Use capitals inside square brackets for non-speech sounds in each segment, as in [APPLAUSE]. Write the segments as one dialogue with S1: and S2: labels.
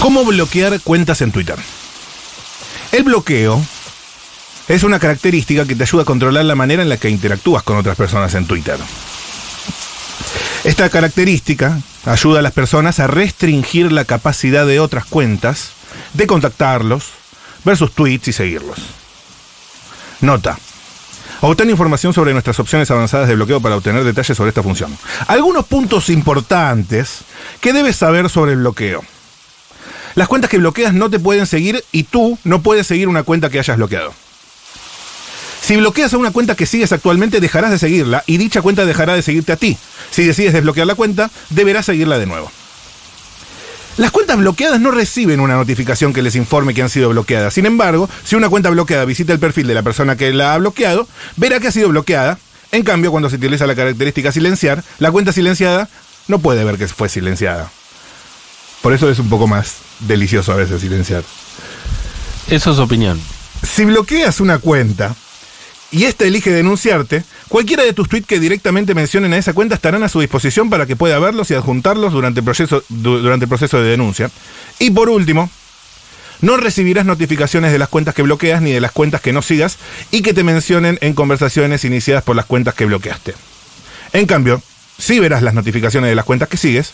S1: ¿Cómo bloquear cuentas en Twitter? El bloqueo es una característica que te ayuda a controlar la manera en la que interactúas con otras personas en Twitter. Esta característica ayuda a las personas a restringir la capacidad de otras cuentas de contactarlos, ver sus tweets y seguirlos. Nota. Obtén información sobre nuestras opciones avanzadas de bloqueo para obtener detalles sobre esta función. Algunos puntos importantes que debes saber sobre el bloqueo. Las cuentas que bloqueas no te pueden seguir y tú no puedes seguir una cuenta que hayas bloqueado. Si bloqueas a una cuenta que sigues actualmente, dejarás de seguirla y dicha cuenta dejará de seguirte a ti. Si decides desbloquear la cuenta, deberás seguirla de nuevo. Las cuentas bloqueadas no reciben una notificación que les informe que han sido bloqueadas. Sin embargo, si una cuenta bloqueada visita el perfil de la persona que la ha bloqueado, verá que ha sido bloqueada. En cambio, cuando se utiliza la característica silenciar, la cuenta silenciada no puede ver que fue silenciada. Por eso es un poco más delicioso a veces silenciar.
S2: Eso es opinión.
S1: Si bloqueas una cuenta y ésta elige denunciarte, cualquiera de tus tweets que directamente mencionen a esa cuenta estarán a su disposición para que pueda verlos y adjuntarlos durante el proceso, du- durante el proceso de denuncia. Y por último, no recibirás notificaciones de las cuentas que bloqueas ni de las cuentas que no sigas y que te mencionen en conversaciones iniciadas por las cuentas que bloqueaste. En cambio, sí verás las notificaciones de las cuentas que sigues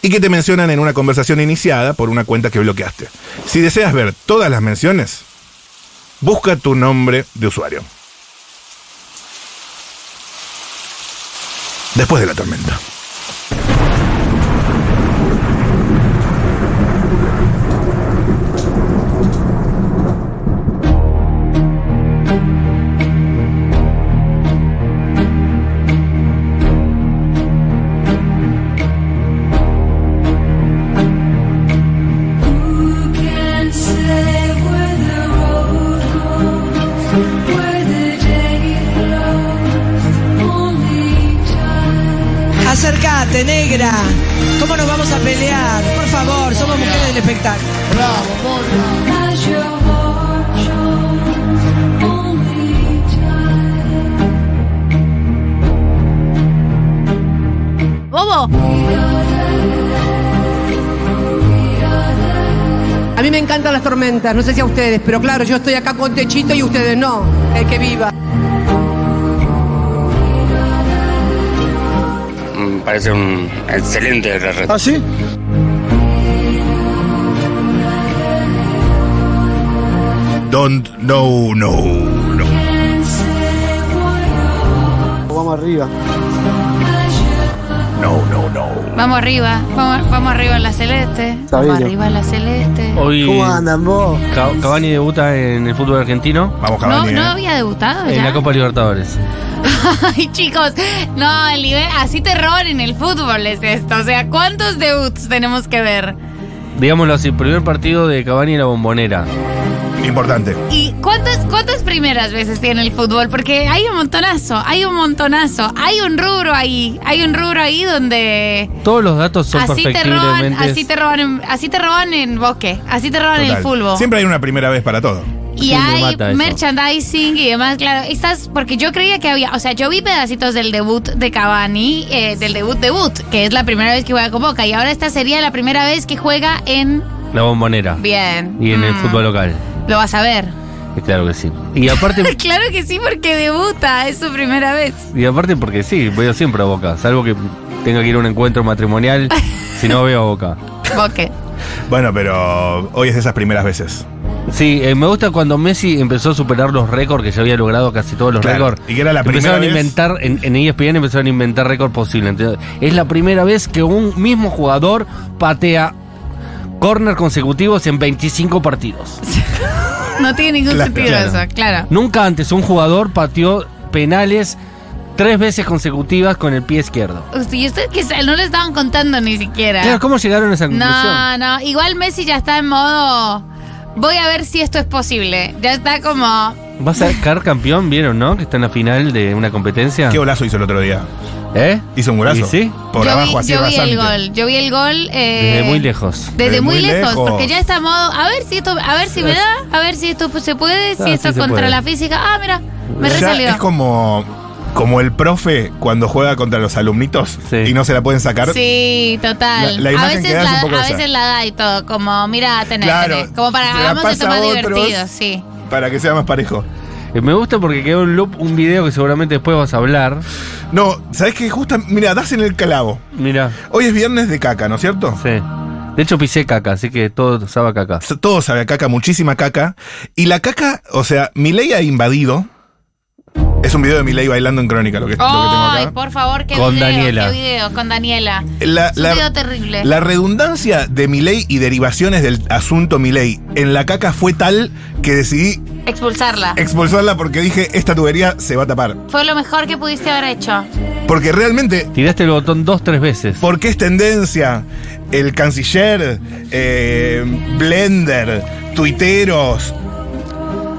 S1: y que te mencionan en una conversación iniciada por una cuenta que bloqueaste. Si deseas ver todas las menciones, busca tu nombre de usuario. Después de la tormenta.
S3: Who can say where the road goes, where the day flows? Only time.
S4: Acércate, negra. ¿Cómo nos vamos a pelear? Por favor, somos mujeres del espectáculo.
S3: As your heart shows, only time.
S5: Bobo.
S4: A mí me encantan las tormentas, no sé si a ustedes, pero claro, yo estoy acá con techito y ustedes no. El que viva.
S6: Mm, parece un excelente carrete.
S7: ¿Ah, sí?
S1: Don't, no, no, no.
S7: Vamos arriba.
S1: No, no, no.
S5: Vamos arriba, vamos, vamos arriba en la celeste.
S7: Sabino.
S5: Vamos arriba en la celeste.
S2: Hoy
S7: ¿Cómo andan vos?
S2: Ca- Cavani debuta en el fútbol argentino
S1: Vamos,
S5: No,
S1: Cavani.
S5: no
S1: eh.
S5: había debutado
S2: en
S5: ya.
S2: la Copa Libertadores.
S5: [LAUGHS] Ay, chicos, no, el nivel, así terror en el fútbol es esto. O sea, ¿cuántos debuts tenemos que ver?
S2: Digámoslo así, primer partido de Cavani en la bombonera.
S1: ¿eh? Importante.
S5: ¿Y cuántas, cuántas primeras veces tiene el fútbol? Porque hay un montonazo, hay un montonazo, hay un rubro ahí, hay un rubro ahí donde
S2: Todos los datos son
S5: así te roban,
S2: perfectiblemente.
S5: así te roban, en, así te roban en bosque, así te roban en el
S1: Total.
S5: fútbol.
S1: Siempre hay una primera vez para todo.
S2: Sí,
S5: Y
S2: me
S5: hay
S2: mata eso.
S5: merchandising y demás, claro. Estas, porque yo creía que había, o sea, yo vi pedacitos del debut de Cavani, eh, del debut debut, que es la primera vez que juega con Boca. Y ahora esta sería la primera vez que juega en
S2: La bombonera.
S5: bien.
S2: Y en el
S5: Mm,
S2: fútbol local.
S5: Lo vas a ver.
S2: Eh, Claro que sí. Y aparte,
S5: [LAUGHS] claro que sí, porque debuta, es su primera vez.
S2: y aparte porque sí, veo siempre a Boca. Salvo que tenga que ir a un encuentro
S5: [LAUGHS]
S2: matrimonial, si no veo a Boca.
S5: Boque.
S1: Bueno, pero hoy es de esas primeras veces.
S2: Sí, eh, me gusta cuando Messi empezó a superar los récords, que ya había logrado casi todos los
S1: Claro,
S2: récords.
S1: y que era la primera
S2: Empezaron a
S1: vez.
S2: inventar, en, E en ESPN empezaron a inventar récord posible. Entonces, es la primera vez que un mismo jugador patea corner consecutivos en 25 partidos.
S5: No tiene ningún
S1: Claro.
S5: sentido
S2: Claro.
S5: eso, claro.
S2: Nunca antes un jugador pateó penales tres veces consecutivas con el pie izquierdo.
S5: Usted- Y ustedes que se- no le estaban contando ni siquiera.
S2: Claro, ¿cómo llegaron a esa conclusión?
S5: No, no, igual Messi ya está en modo. Voy a ver si esto es posible. Ya está como.
S2: ¿Vas a caer campeón? ¿Vieron, no? Que está en la final de una competencia.
S1: ¿Qué golazo hizo el otro día?
S2: ¿Eh?
S1: ¿Hizo un golazo?
S2: ¿Y sí?
S1: Por
S5: yo
S1: abajo,
S5: vi,
S1: así
S5: yo vi
S1: rasante.
S5: el gol. Yo vi el gol. eh,
S2: Desde muy lejos.
S5: Desde, muy, lejos, porque ya está en modo. A ver si esto, a ver si me da, a ver si esto pues, se puede, si
S2: Ah,
S5: esto
S2: sí se
S5: contra
S2: puede.
S5: la física. Ah, mira, me
S1: Ya
S5: resalió.
S1: es como, Como el profe cuando juega contra los alumnitos
S2: Sí.
S1: y no se la pueden sacar.
S5: Sí, total.
S1: La- la
S5: a
S1: imagen que
S5: veces
S1: da es
S5: la,
S1: un poco
S5: a
S1: esa.
S5: veces la da y todo, como mira, tenés,
S1: Claro,
S5: tenés. como para
S1: se la
S5: hagamos esto
S1: pasa
S5: más
S1: a otros.
S5: divertido, sí.
S1: Para que sea más parejo.
S2: Eh, me gusta porque quedó en loop un video que seguramente después vas a hablar.
S1: No, ¿sabes qué? Justo, mira, das en el calabo.
S2: Mira,
S1: Hoy es viernes de caca, ¿no es cierto?
S2: sí. De hecho pisé caca, así que todo sabe a caca.
S1: Todo sabe a caca, muchísima caca. Y la caca, o sea, Milei ha invadido. Es un video de Milei bailando en crónica, lo que, lo que tengo
S5: Ay,
S1: acá.
S5: por favor, qué
S2: Con
S5: video,
S2: Daniela.
S5: qué video con Daniela.
S1: La,
S5: Es un video terrible.
S1: la redundancia de Milei y derivaciones del asunto Milei en la caca fue tal que decidí
S5: Expulsarla.
S1: Eh. expulsarla porque dije, esta tubería se va a tapar.
S5: Fue lo mejor que pudiste haber hecho.
S1: Porque realmente,
S2: Tiraste el botón dos, tres veces.
S1: ¿por qué es tendencia? El canciller, eh, Blender, tuiteros,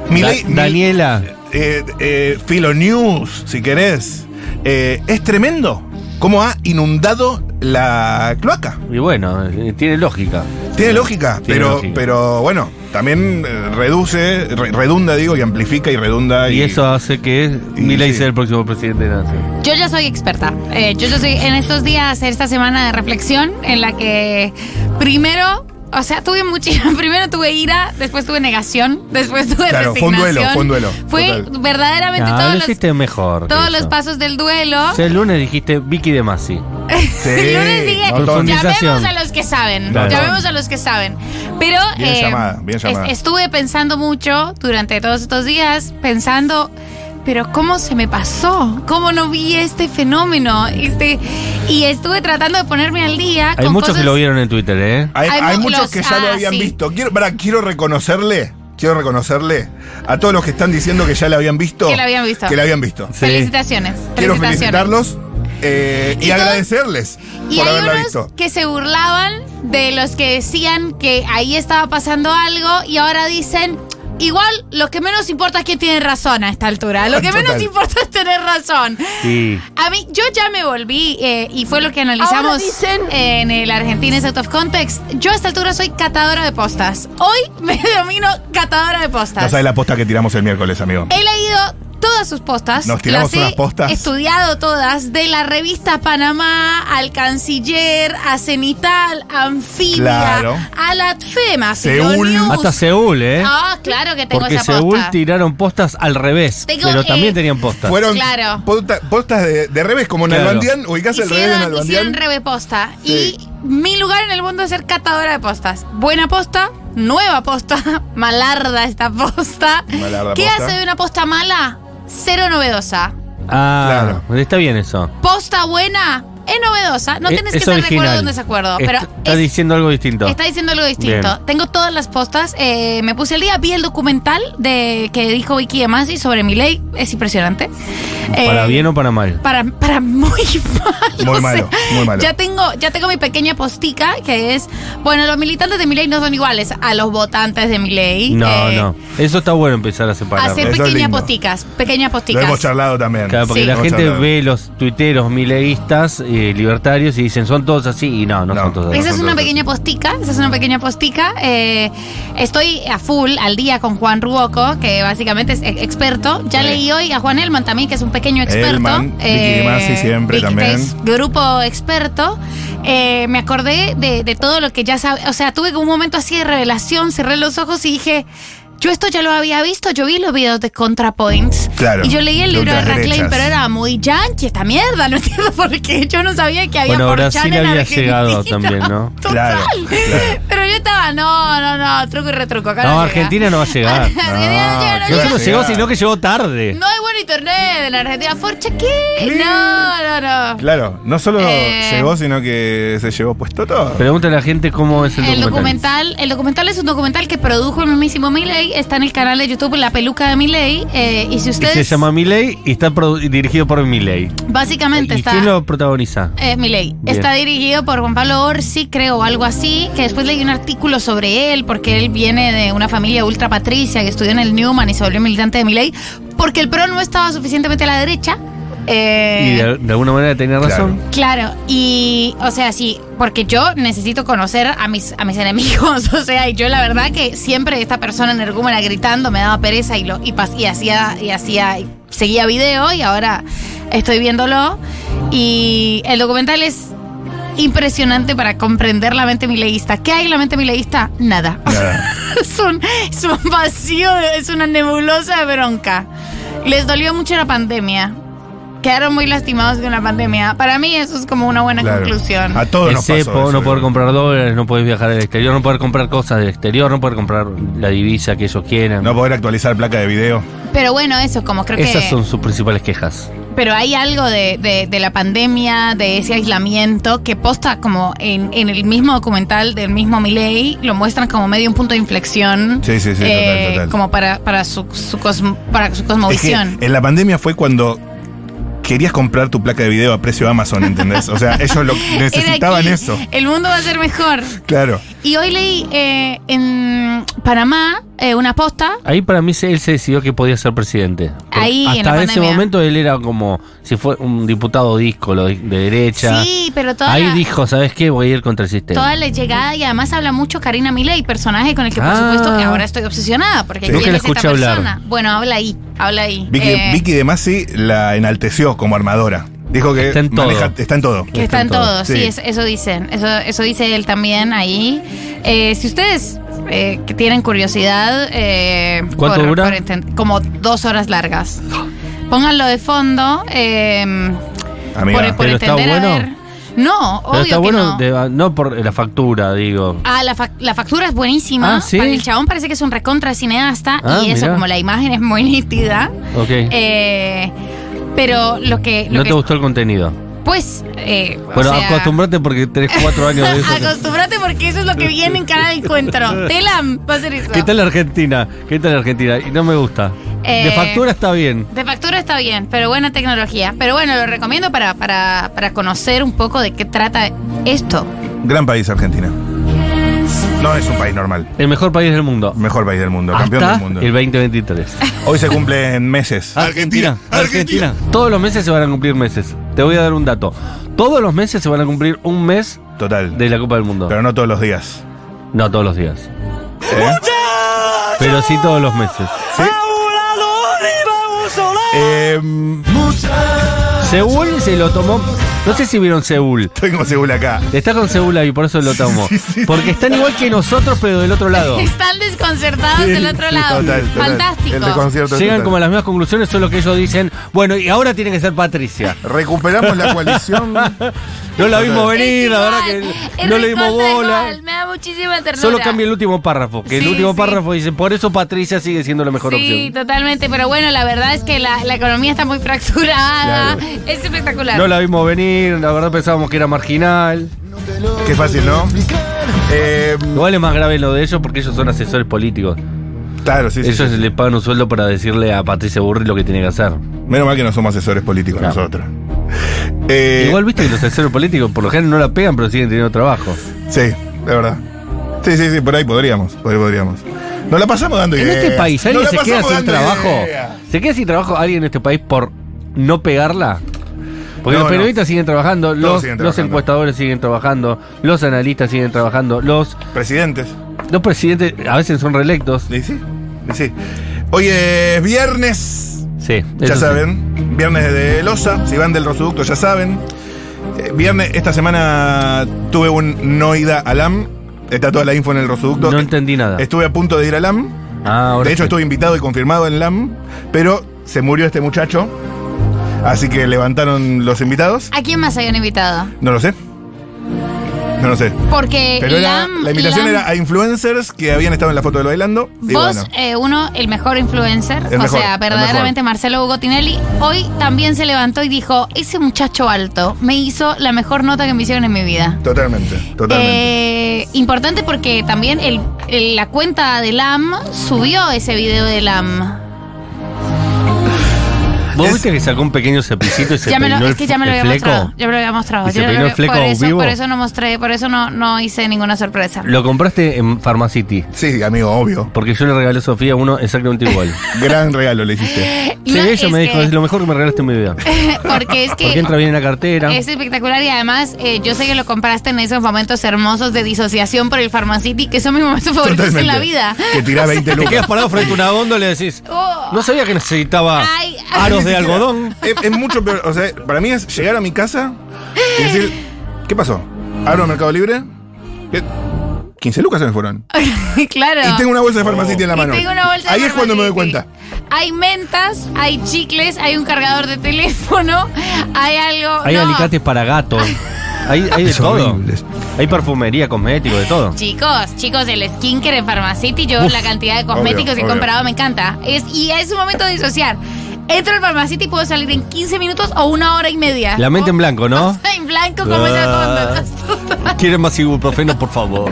S1: Milei...
S2: Da- Daniela.
S1: eh, eh, Filo News, si querés. Eh, es tremendo cómo ha inundado la cloaca.
S2: Y bueno, eh, tiene lógica.
S1: Tiene lógica,
S2: Tiene
S1: pero,
S2: lógica.
S1: pero bueno, también eh, reduce, re- redunda, digo, y amplifica y redunda.
S2: Y eso hace que
S1: y
S2: Milei
S1: sí.
S2: sea el próximo presidente de la nación.
S5: Yo ya soy experta. Eh, yo ya soy en estos días, esta semana de reflexión, en la que primero, o sea, tuve muchísimo, [LAUGHS] primero tuve ira, después tuve negación, después tuve
S1: Claro, fue un
S5: resignación.
S1: duelo, fue un duelo,
S5: Fue
S1: total.
S5: verdaderamente
S2: No,
S5: todos,
S2: Ah, lo
S5: los,
S2: hiciste mejor. que
S5: todos
S2: eso.
S5: los pasos Ah, del duelo.
S2: O sea, el lunes dijiste Vicky de Masi.
S1: Sí,
S5: [LAUGHS] El lunes dije,
S1: no, todo-
S5: llamemos a los que saben,
S1: Claro.
S5: llamemos a los que saben. Pero eh,
S1: Bien llamada, bien
S5: es-
S1: llamada.
S5: estuve pensando mucho durante todos estos días, pensando, pero ¿cómo se me pasó? ¿Cómo no vi este fenómeno? Este, y estuve tratando de ponerme al día.
S2: Hay
S5: con
S2: muchos
S5: cosas-
S2: que lo vieron en Twitter, ¿eh?
S1: hay,
S5: Hay
S1: hay
S5: mo-
S1: muchos
S5: los-
S1: que ya lo
S5: ah,
S1: habían
S5: sí.
S1: visto. Quiero, pará, quiero reconocerle, quiero reconocerle a todos los que están diciendo que ya la habían visto.
S5: Que la habían visto.
S1: Que la habían visto.
S2: Sí.
S5: Felicitaciones.
S1: Quiero
S5: felicitaciones.
S1: felicitarlos eh, y,
S5: Y todos-
S1: agradecerles
S5: Y
S1: por
S5: hay
S1: haberla
S5: unos
S1: visto.
S5: que se burlaban de los que decían que ahí estaba pasando algo y ahora dicen, igual lo que menos importa es que tiene razón a esta altura, lo que
S1: Total.
S5: menos importa es tener razón.
S2: Sí.
S5: A mí, yo ya me volví, eh, y fue lo que analizamos en el Argentina Out of Context. Yo a esta altura soy catadora de postas. Hoy [LAUGHS] me domino catadora de postas.
S1: No sabes la posta que tiramos el miércoles, amigo.
S5: He leído todas sus postas.
S1: Nos tiramos
S5: las he
S1: unas postas.
S5: estudiado todas, de la revista Panamá al Canciller, a Cenital, a Anfibia,
S1: Claro.
S5: a la FEMA,
S1: Seúl.
S2: Hasta Seúl, ¿eh?
S5: Ah, claro que tengo
S2: Porque
S5: esa
S2: Seúl
S5: posta.
S2: tiraron postas al revés.
S5: Tengo,
S2: pero también
S5: eh,
S2: tenían postas.
S1: Fueron
S5: Claro.
S1: posta- postas de, de revés, como en
S2: Claro.
S1: Albandián. Ubicás el revés en
S5: Hicieron, hicieron
S1: Albandián.
S5: reveposta.
S1: Sí.
S5: Y mi lugar en el mundo es ser catadora de postas. Buena posta, nueva posta, [LAUGHS] malarda esta posta.
S1: Malarda
S5: ¿Qué
S1: posta.
S5: hace de una posta mala? Cero novedosa.
S2: Ah, está bien eso.
S5: Posta buena es novedosa. No
S2: Eh,
S5: tienes
S2: es
S5: que estar de
S2: original.
S5: acuerdo o en desacuerdo.
S2: Est-
S5: Pero
S2: está
S5: es-
S2: diciendo algo distinto.
S5: está diciendo algo distinto.
S2: Bien.
S5: Tengo todas las postas. eh, me puse al día, vi el documental de que dijo Vicky de Masi sobre mi ley. Es impresionante.
S2: para
S5: Eh,
S2: bien o para mal.
S5: para, para muy [LAUGHS] malo.
S1: Muy malo, muy malo.
S5: Ya tengo, ya tengo mi pequeña postica que es, bueno, los militantes de mi ley no son iguales a los votantes de mi ley. Eh,
S2: No, no. Eso está bueno empezar a separar.
S5: Hacer
S1: Eso es
S5: pequeñas
S1: lindo.
S5: posticas, pequeñas
S1: Lo
S5: posticas.
S1: hemos charlado también.
S2: Claro, porque
S5: Sí.
S2: la
S1: Lo hemos
S2: gente
S1: charlado.
S2: ve los tuiteros mileístas, eh, libertarios, y dicen, son todos así. Y no, no,
S1: No.
S2: son todos así.
S5: Esa es una
S1: Nosotros.
S5: pequeña postica, esa es una pequeña postica. Eh, estoy a full, al día con Juan Ruoco, que básicamente es e- experto. Ya
S1: Sí.
S5: leí hoy a Juan Elman también, que es un pequeño experto. Eh,
S1: Elman, Vicky de Masi siempre
S5: Vicky,
S1: también.
S5: que es grupo experto. Eh, me acordé de, de todo lo que ya sabe, o sea, tuve como un momento así de revelación, cerré los ojos y dije... Yo esto ya lo había visto, yo vi los videos de ContraPoints.
S1: Claro,
S5: Y yo leí el
S1: de
S5: libro de
S1: ultraderechas.
S5: Racklane, pero era muy yankee esta mierda, no [LAUGHS] entiendo por qué. Yo no sabía que había
S2: Bueno,
S5: 4chan
S2: Brasil
S5: en
S2: había
S5: Argentina. [LAUGHS]
S2: llegado también, ¿no?
S5: Total.
S1: Claro, claro.
S5: Pero yo estaba, no, no, no, truco y retruco. Acá
S2: No,
S5: llega.
S2: Argentina no va a llegar.
S5: [LAUGHS] Argentina no, llega,
S1: No,
S5: no
S2: No
S5: llega.
S2: solo
S1: Claro.
S2: llegó, sino que llegó tarde.
S5: No hay buen internet en Argentina. Forcha, ¿qué? No, no, no.
S1: Claro, no solo
S5: Eh.
S1: llegó, sino que se llevó puesto todo.
S2: Pregúntale a la gente cómo es el,
S5: El documental, el documental es un documental que produjo el mismísimo Miley, está en el canal de YouTube La Peluca de Miley, eh, y si
S2: Y se
S5: ustedes
S2: llama Miley y está produ- y dirigido por Miley.
S5: básicamente
S2: ¿Y
S5: está
S2: quién lo protagoniza?
S5: Es Milei.
S2: Bien.
S5: Está dirigido por Juan Pablo Orsi, creo, o algo así, que después leí un artículo sobre él, porque él viene de una familia ultra patricia que estudió en el Newman y se volvió militante de Milei, porque el PRO no estaba suficientemente a la derecha. Eh,
S2: Y de, de alguna manera tenía
S1: Claro.
S2: razón.
S5: Claro, y o sea, sí, porque yo necesito conocer a mis, a mis enemigos, [LAUGHS] o sea, y yo la verdad que siempre esta persona energúmena gritando me daba pereza y lo y, pas- y hacía y hacía y seguía video y ahora estoy viéndolo y el documental es impresionante para comprender la mente mileísta. ¿Qué hay en la mente mileísta? Nada.
S1: Nada.
S5: es, un, es un vacío, es una nebulosa de bronca. Les dolió mucho la pandemia. Quedaron muy lastimados con la pandemia. Para mí eso es como una buena
S1: Claro. Ah.
S5: conclusión.
S1: A todos
S2: El
S1: nos pasó
S2: cepo,
S1: eso,
S2: no
S1: ¿eh?
S2: poder comprar dólares, no poder viajar al exterior, no poder comprar cosas del exterior, no poder comprar la divisa que ellos quieran.
S1: No poder actualizar placa de video.
S5: Pero bueno, eso, como creo
S2: Esas
S5: que...
S2: son sus principales quejas.
S5: Pero hay algo de, de- de la pandemia, de ese aislamiento, que posta como en, en el mismo documental del mismo Miley, lo muestran como medio un punto de inflexión. eh,
S1: Sí, sí, sí, total, total.
S5: Como para, para, su, su cosmo- para su
S1: Es que
S5: cosmovisión.
S1: en la pandemia fue cuando querías comprar tu placa de video a precio Amazon, ¿entendés? O sea, ellos lo
S5: [LAUGHS] Era
S1: necesitaban
S5: aquí,
S1: eso.
S5: El mundo va a ser mejor.
S1: Claro.
S5: Y hoy leí eh, en Panamá eh, una posta.
S2: Ahí para mí se- él se decidió que podía ser presidente. Porque
S5: Ahí, en
S2: hasta
S5: la
S2: ese
S5: pandemia.
S2: momento él era como si fuera un diputado díscolo de de derecha.
S5: Sí, pero toda,
S2: Ahí
S5: la,
S2: dijo, ¿sabes qué? Voy a ir contra el sistema.
S5: toda la llegada y además habla mucho Karina Milei, personaje con el que por
S2: Ah.
S5: supuesto que ahora estoy obsesionada porque
S1: Sí.
S5: ¿quién
S2: Nunca la
S5: es esta
S2: escuché hablar.
S5: persona? Bueno, habla ahí, habla ahí.
S1: Vicky,
S5: Eh,
S1: Vicky de Masi la enalteció como armadora. Dijo que
S2: Está en todo.
S1: está en todo.
S5: Que está en
S2: Están todos,
S5: todo, sí,
S1: sí.
S5: es- eso dicen, eso, eso dice él también ahí. Eh, si ustedes eh, que tienen curiosidad, eh,
S2: ¿Cuánto
S5: por-
S2: dura?
S5: por enten- como dos horas largas. Pónganlo de fondo. eh,
S1: Amiga.
S5: por, por
S2: Pero está
S5: entender a
S2: bueno.
S5: ver. No,
S2: Pero
S5: obvio
S2: está
S5: que
S2: bueno,
S5: no.
S2: de- ah, no por la factura, digo.
S5: Ah, la, fac- la factura es buenísima.
S2: Ah, ¿sí?
S5: Para el chabón parece que es un recontra cineasta
S2: Ah,
S5: y eso,
S2: mirá.
S5: como la imagen es muy nítida.
S2: Ok.
S5: Ah, eh, pero lo que. Lo
S2: no
S5: que
S2: te gustó el contenido.
S5: Pues. Eh, o
S2: Bueno,
S5: sea,
S2: acostumbrate porque tenés cuatro años
S5: [LAUGHS]
S2: de eso.
S5: Acostúmbrate porque eso es lo que viene en
S2: [LAUGHS]
S5: cada encuentro. Telam, va a ser eso.
S2: ¿Qué tal la Argentina? ¿Qué tal la Argentina? Y no me gusta. De
S5: Eh,
S2: factura está bien.
S5: De factura está bien, pero buena tecnología. Pero bueno, lo recomiendo para, para, para conocer un poco de qué trata esto.
S1: Gran país Argentina. No es un país normal.
S2: El mejor país del mundo.
S1: Mejor país del mundo, campeón
S2: Hasta
S1: del mundo.
S2: el 2023.
S1: Hoy se cumplen meses.
S2: Argentina, Ah, Argentina. Todos los meses se van a cumplir meses. Te voy a dar un dato. Todos los meses se van a cumplir un mes
S1: Total.
S2: de la Copa del Mundo.
S1: Pero no todos los días.
S2: No todos los días.
S1: ¿eh?
S2: Pero sí todos los meses.
S1: Em,
S2: Seúl se lo tomó. No sé si vieron Seúl.
S1: [LAUGHS] estoy como Seúl acá.
S2: Está con Seúl ahí, por eso lo tomó. Porque están igual que nosotros, pero del otro [LAUGHS] lado.
S5: [LAUGHS] Están desconcertados del otro lado.
S1: Total, total. El de
S5: Fantástico.
S1: concierto es
S2: Llegan
S1: total.
S2: como a las mismas conclusiones, solo que ellos dicen, bueno, y ahora tiene que ser Patricia.
S1: Recuperamos la
S2: [LAUGHS]
S1: coalición.
S2: No la vimos
S5: Es
S2: venir, la verdad
S5: igual,
S2: que
S5: es
S2: no le dimos
S5: recontra
S2: bola.
S5: igual, Me da muchísima ternura.
S2: Solo cambia el último párrafo, que el
S5: Sí,
S2: último
S5: sí.
S2: párrafo dice, por eso Patricia sigue siendo la mejor
S5: Sí,
S2: opción.
S5: totalmente. Pero bueno, la verdad es que la, la economía está muy fracturada. Es espectacular.
S2: No la vimos venir, la verdad pensábamos que era marginal.
S1: Qué fácil, ¿no? Em,
S2: Igual es más grave lo de ellos porque ellos son asesores políticos.
S1: claro, sí, sí,
S2: ellos
S1: sí.
S2: le pagan un sueldo para decirle a Patricia Burri lo que tiene que hacer.
S1: Menos mal que no somos asesores políticos
S2: No.
S1: nosotros. Eh,
S2: Igual viste que los asesores políticos por lo general no la pegan, pero siguen teniendo trabajo.
S1: Sí, de verdad. Sí, sí, sí, por ahí podríamos. Por ahí podríamos. Nos la pasamos dando
S2: En
S1: ideas.
S2: este país,
S1: Nos
S2: ¿alguien
S1: la
S2: se queda
S1: pasamos
S2: sin
S1: dando
S2: trabajo?
S1: ideas.
S2: ¿Se queda sin trabajo alguien en este país por no pegarla? Porque
S1: No,
S2: los
S1: no.
S2: periodistas siguen trabajando, los,
S1: siguen
S2: los
S1: trabajando.
S2: encuestadores siguen trabajando, los analistas siguen trabajando, los,
S1: Presidentes.
S2: los presidentes a veces son reelectos.
S1: ¿Y sí? ¿Y sí? Hoy es viernes,
S2: Sí, eso
S1: ya
S2: sí.
S1: saben. Viernes de Loza, si van del Rosoducto, ya saben. Eh, Viernes, esta semana tuve un noida alam. Está toda la info en el Rosoducto.
S2: No entendí nada.
S1: Estuve a punto de ir al LAM.
S2: Ah, ahora
S1: De hecho,
S2: sí.
S1: estuve invitado y confirmado en LAM, pero se murió este muchacho. Así que levantaron los invitados.
S5: ¿A quién más habían invitado?
S1: No lo sé. No lo sé.
S5: Porque
S1: Pero era-
S5: Lam-
S1: la invitación
S5: Lam-
S1: era a influencers que habían estado en la foto del bailando. Y
S5: Vos,
S1: bueno,
S5: eh, uno, el mejor influencer,
S1: El
S5: o
S1: mejor,
S5: sea,
S1: el
S5: verdaderamente Marcelo Hugo Tinelli, hoy también se levantó y dijo, ese muchacho alto me hizo la mejor nota que me hicieron en mi vida.
S1: totalmente, totalmente.
S5: Eh, importante porque también el- el- la cuenta de LAM subió ese video de LAM.
S2: ¿Vos
S1: Es-
S2: viste que sacó un pequeño cepillito y se
S5: ya me
S2: peinó
S5: lo,
S2: el,
S5: es que ya me lo
S2: el
S5: había
S2: fleco?
S5: mostrado. Ya me lo había mostrado.
S2: ¿Y se
S5: ya lo
S2: peinó el
S5: había-
S2: fleco
S5: por, eso,
S2: vivo?
S5: por eso no mostré, por eso no, no hice ninguna sorpresa. [LAUGHS]
S2: Lo compraste en Pharmacity.
S1: Sí, amigo, obvio.
S2: Porque yo le regalé a Sofía uno exactamente
S5: [LAUGHS]
S2: igual.
S1: Gran regalo le hiciste.
S2: sí,
S5: No,
S2: ella
S5: es
S2: me dijo,
S5: que-
S2: es lo mejor que me regalaste en mi vida.
S5: porque es que [LAUGHS]
S2: Porque entra bien en la cartera.
S5: Es espectacular y además eh, yo sé que lo compraste en esos momentos hermosos de disociación por el Pharmacity, que son mis momentos favoritos en la vida. [LAUGHS]
S1: Que tirá 20
S2: Te
S1: lucas.
S2: quedas parado frente a una góndola y decís,
S5: Oh.
S2: no sabía que necesitaba
S5: Ay, ay.
S2: aros
S1: Ni
S2: de
S1: siquiera-
S2: algodón.
S1: Es, es mucho peor. O sea, para mí es llegar a mi casa y decir, ¿qué pasó? ¿Abro Mercado Libre? ¿Qué? 15 lucas se me fueron.
S5: claro.
S1: Y tengo una bolsa de farmacity en la
S5: Y
S1: mano.
S5: tengo una bolsa de
S1: Ahí es cuando me doy
S5: Pharmacity.
S1: cuenta.
S5: Hay mentas, hay chicles, hay un cargador de teléfono, [LAUGHS] hay algo.
S2: Hay
S5: no.
S2: alicates para gatos. Hay, hay de
S1: Es
S2: todo.
S1: horrible.
S2: Hay perfumería, cosmético, de todo.
S5: Chicos, chicos, el skincare de Pharmacity, yo
S2: Uf,
S5: la cantidad de cosméticos
S1: obvio,
S5: que he
S1: obvio.
S5: comprado me encanta. Es, y es un momento de disociar. Entro al Pharmacity y puedo salir en 15 minutos o una hora y media. Oh,
S2: La mente en blanco, ¿no?
S5: [LAUGHS] en blanco como esa
S2: Ah.
S5: cosa.
S2: ¿Quieren más ibuprofeno, por favor?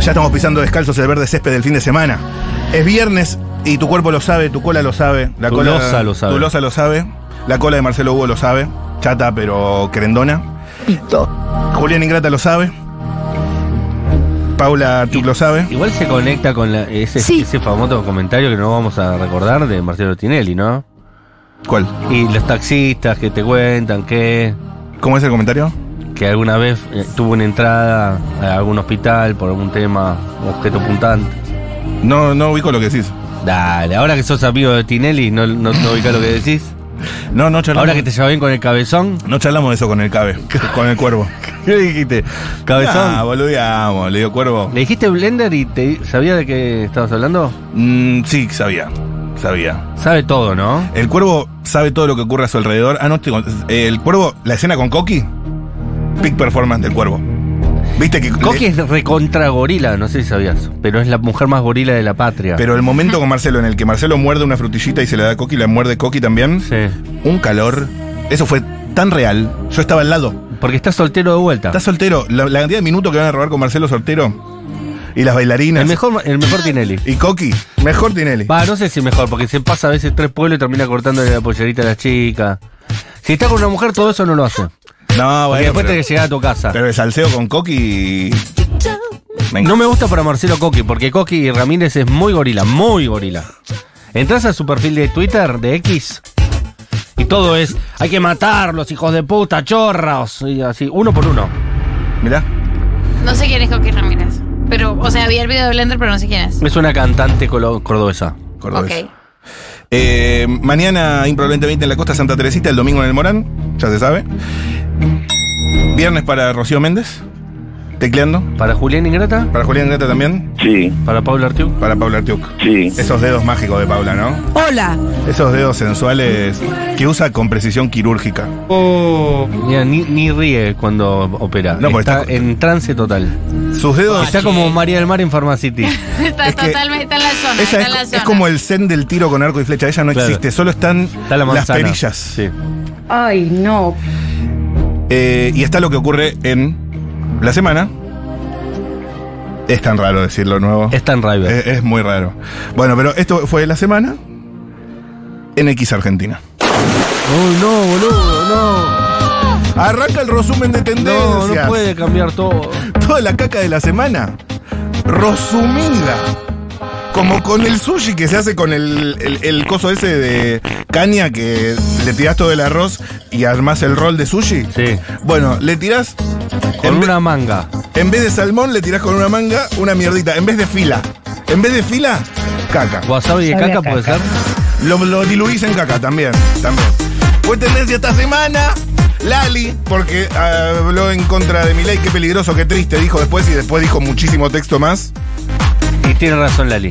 S1: Ya estamos pisando descalzos el verde césped del fin de semana. Es viernes y tu cuerpo lo sabe, tu cola lo sabe. La
S2: Tu
S1: cola,
S2: loza lo sabe.
S1: Tu loza lo sabe. La cola de Marcelo Hugo lo sabe. Chata, pero querendona. Julián Ingrata lo sabe. Paula Archuk lo sabe.
S2: Igual se conecta con la- ese,
S5: Sí.
S2: ese famoso comentario que no vamos a recordar de Marcelo Tinelli, ¿no?
S1: ¿Cuál?
S2: Y los taxistas que te cuentan que,
S1: ¿Cómo es el comentario?
S2: que alguna vez eh, tuvo una entrada a algún hospital por algún tema, objeto puntante.
S1: No, no ubico lo que decís.
S2: Dale, ahora que sos amigo de Tinelli, no, no, no ubicás lo que decís.
S1: No, no charlamos.
S2: Ahora que te llevas bien con el cabezón,
S1: [LAUGHS] No charlamos de eso con el cabe, con el cuervo.
S2: ¿qué dijiste? Cabezón.
S1: Ah, boludeamos, le digo cuervo.
S2: ¿Le dijiste Blender y te sabía de qué estabas hablando?
S1: Mm, sí, sabía. Sabía.
S2: Sabe todo, ¿no?
S1: El cuervo sabe todo lo que ocurre a su alrededor. Ah, no, te- eh, el cuervo, la escena con Coqui, peak performance del cuervo. ¿Viste que
S2: Coqui
S1: le-
S2: es recontra gorila, no sé si sabías, pero es la mujer más gorila de la patria.
S1: pero el momento con Marcelo en el que Marcelo muerde una frutillita y se la da a Coqui, la muerde Coqui también.
S2: Sí.
S1: Un calor. Eso fue tan real. Yo estaba al lado.
S2: Porque está soltero de vuelta.
S1: Estás soltero. La, la cantidad de minutos que van a robar con Marcelo soltero. Y las bailarinas.
S2: El mejor, el mejor Tinelli.
S1: Y Coqui. Mejor Tinelli.
S2: Va, no sé si mejor, porque se pasa a veces tres pueblos y termina cortándole la pollerita a la chica. Si está con una mujer, todo eso no lo hace.
S1: No,
S2: Porque
S1: bueno.
S2: después
S1: Pero,
S2: tenés que llegar a tu casa.
S1: pero el salseo con Coqui. Me
S2: No me gusta para Marcelo Coqui, porque Coqui Ramírez es muy gorila, muy gorila. Entras a su perfil de Twitter, de X, y todo es, hay que matarlos, hijos de puta, chorros, y así, uno por uno.
S1: encanta. Mirá.
S5: No sé quién es Coqui Ramírez. Pero, o sea, vi el video de Blender, pero no sé quién es.
S2: Es una cantante colo- cordobesa.
S1: cordobés.
S5: Ok.
S1: Eh, mañana, improbablemente en la costa Santa Teresita, el domingo en el Morán, ya se sabe. Viernes para Rocío Méndez, tecleando.
S2: Para Julián Ingrata,
S1: Para Julián Greta también,
S6: Sí,
S2: para Paula Artiuk.
S1: para Paula Artiuk.
S6: sí.
S1: Esos dedos mágicos de Paula, ¿no?
S4: Hola.
S1: Esos dedos sensuales que usa con precisión quirúrgica.
S2: Mira, ni, ni ríe cuando opera.
S1: Oh. No, porque
S2: está
S1: está-
S2: en trance total.
S1: Sus dedos.
S2: Está como María del Mar en Pharmacity.
S5: [LAUGHS] Está
S1: Es que-
S5: totalmente, está en la
S1: Esa
S5: zona. está en la
S1: es,
S5: zona.
S1: es como el zen del tiro con arco y flecha. Ella no
S2: Claro.
S1: existe, solo están
S2: Está la
S1: las
S2: manzana.
S1: perillas.
S2: Sí.
S8: Ay, no.
S1: Eh, y está lo que ocurre en la semana. Es tan raro decirlo nuevo.
S2: Está en River.
S1: Es, es muy raro. Bueno, pero esto fue la semana en X Argentina.
S2: Oh, no, boludo, no.
S1: Arranca el resumen de tendencias.
S2: No, no puede cambiar todo.
S1: Toda la caca de la semana. Resumida. Como con el sushi que se hace con el, el- el coso ese de caña que le tirás todo el arroz y armás el rol de sushi.
S2: Sí.
S1: Bueno, le tirás.
S2: Con
S1: en ve-
S2: una manga.
S1: en vez de salmón, le tirás con una manga una mierdita. En vez de fila. En vez de fila, caca.
S2: Wasabi de
S8: Sabía
S2: caca puede
S8: caca.
S2: ser.
S1: Lo, lo diluís en caca también, también. Fue tendencia esta semana. Lali, porque ah, habló en contra de Milei, qué peligroso, qué triste, dijo después y después dijo muchísimo texto más.
S2: Y tiene razón Lali.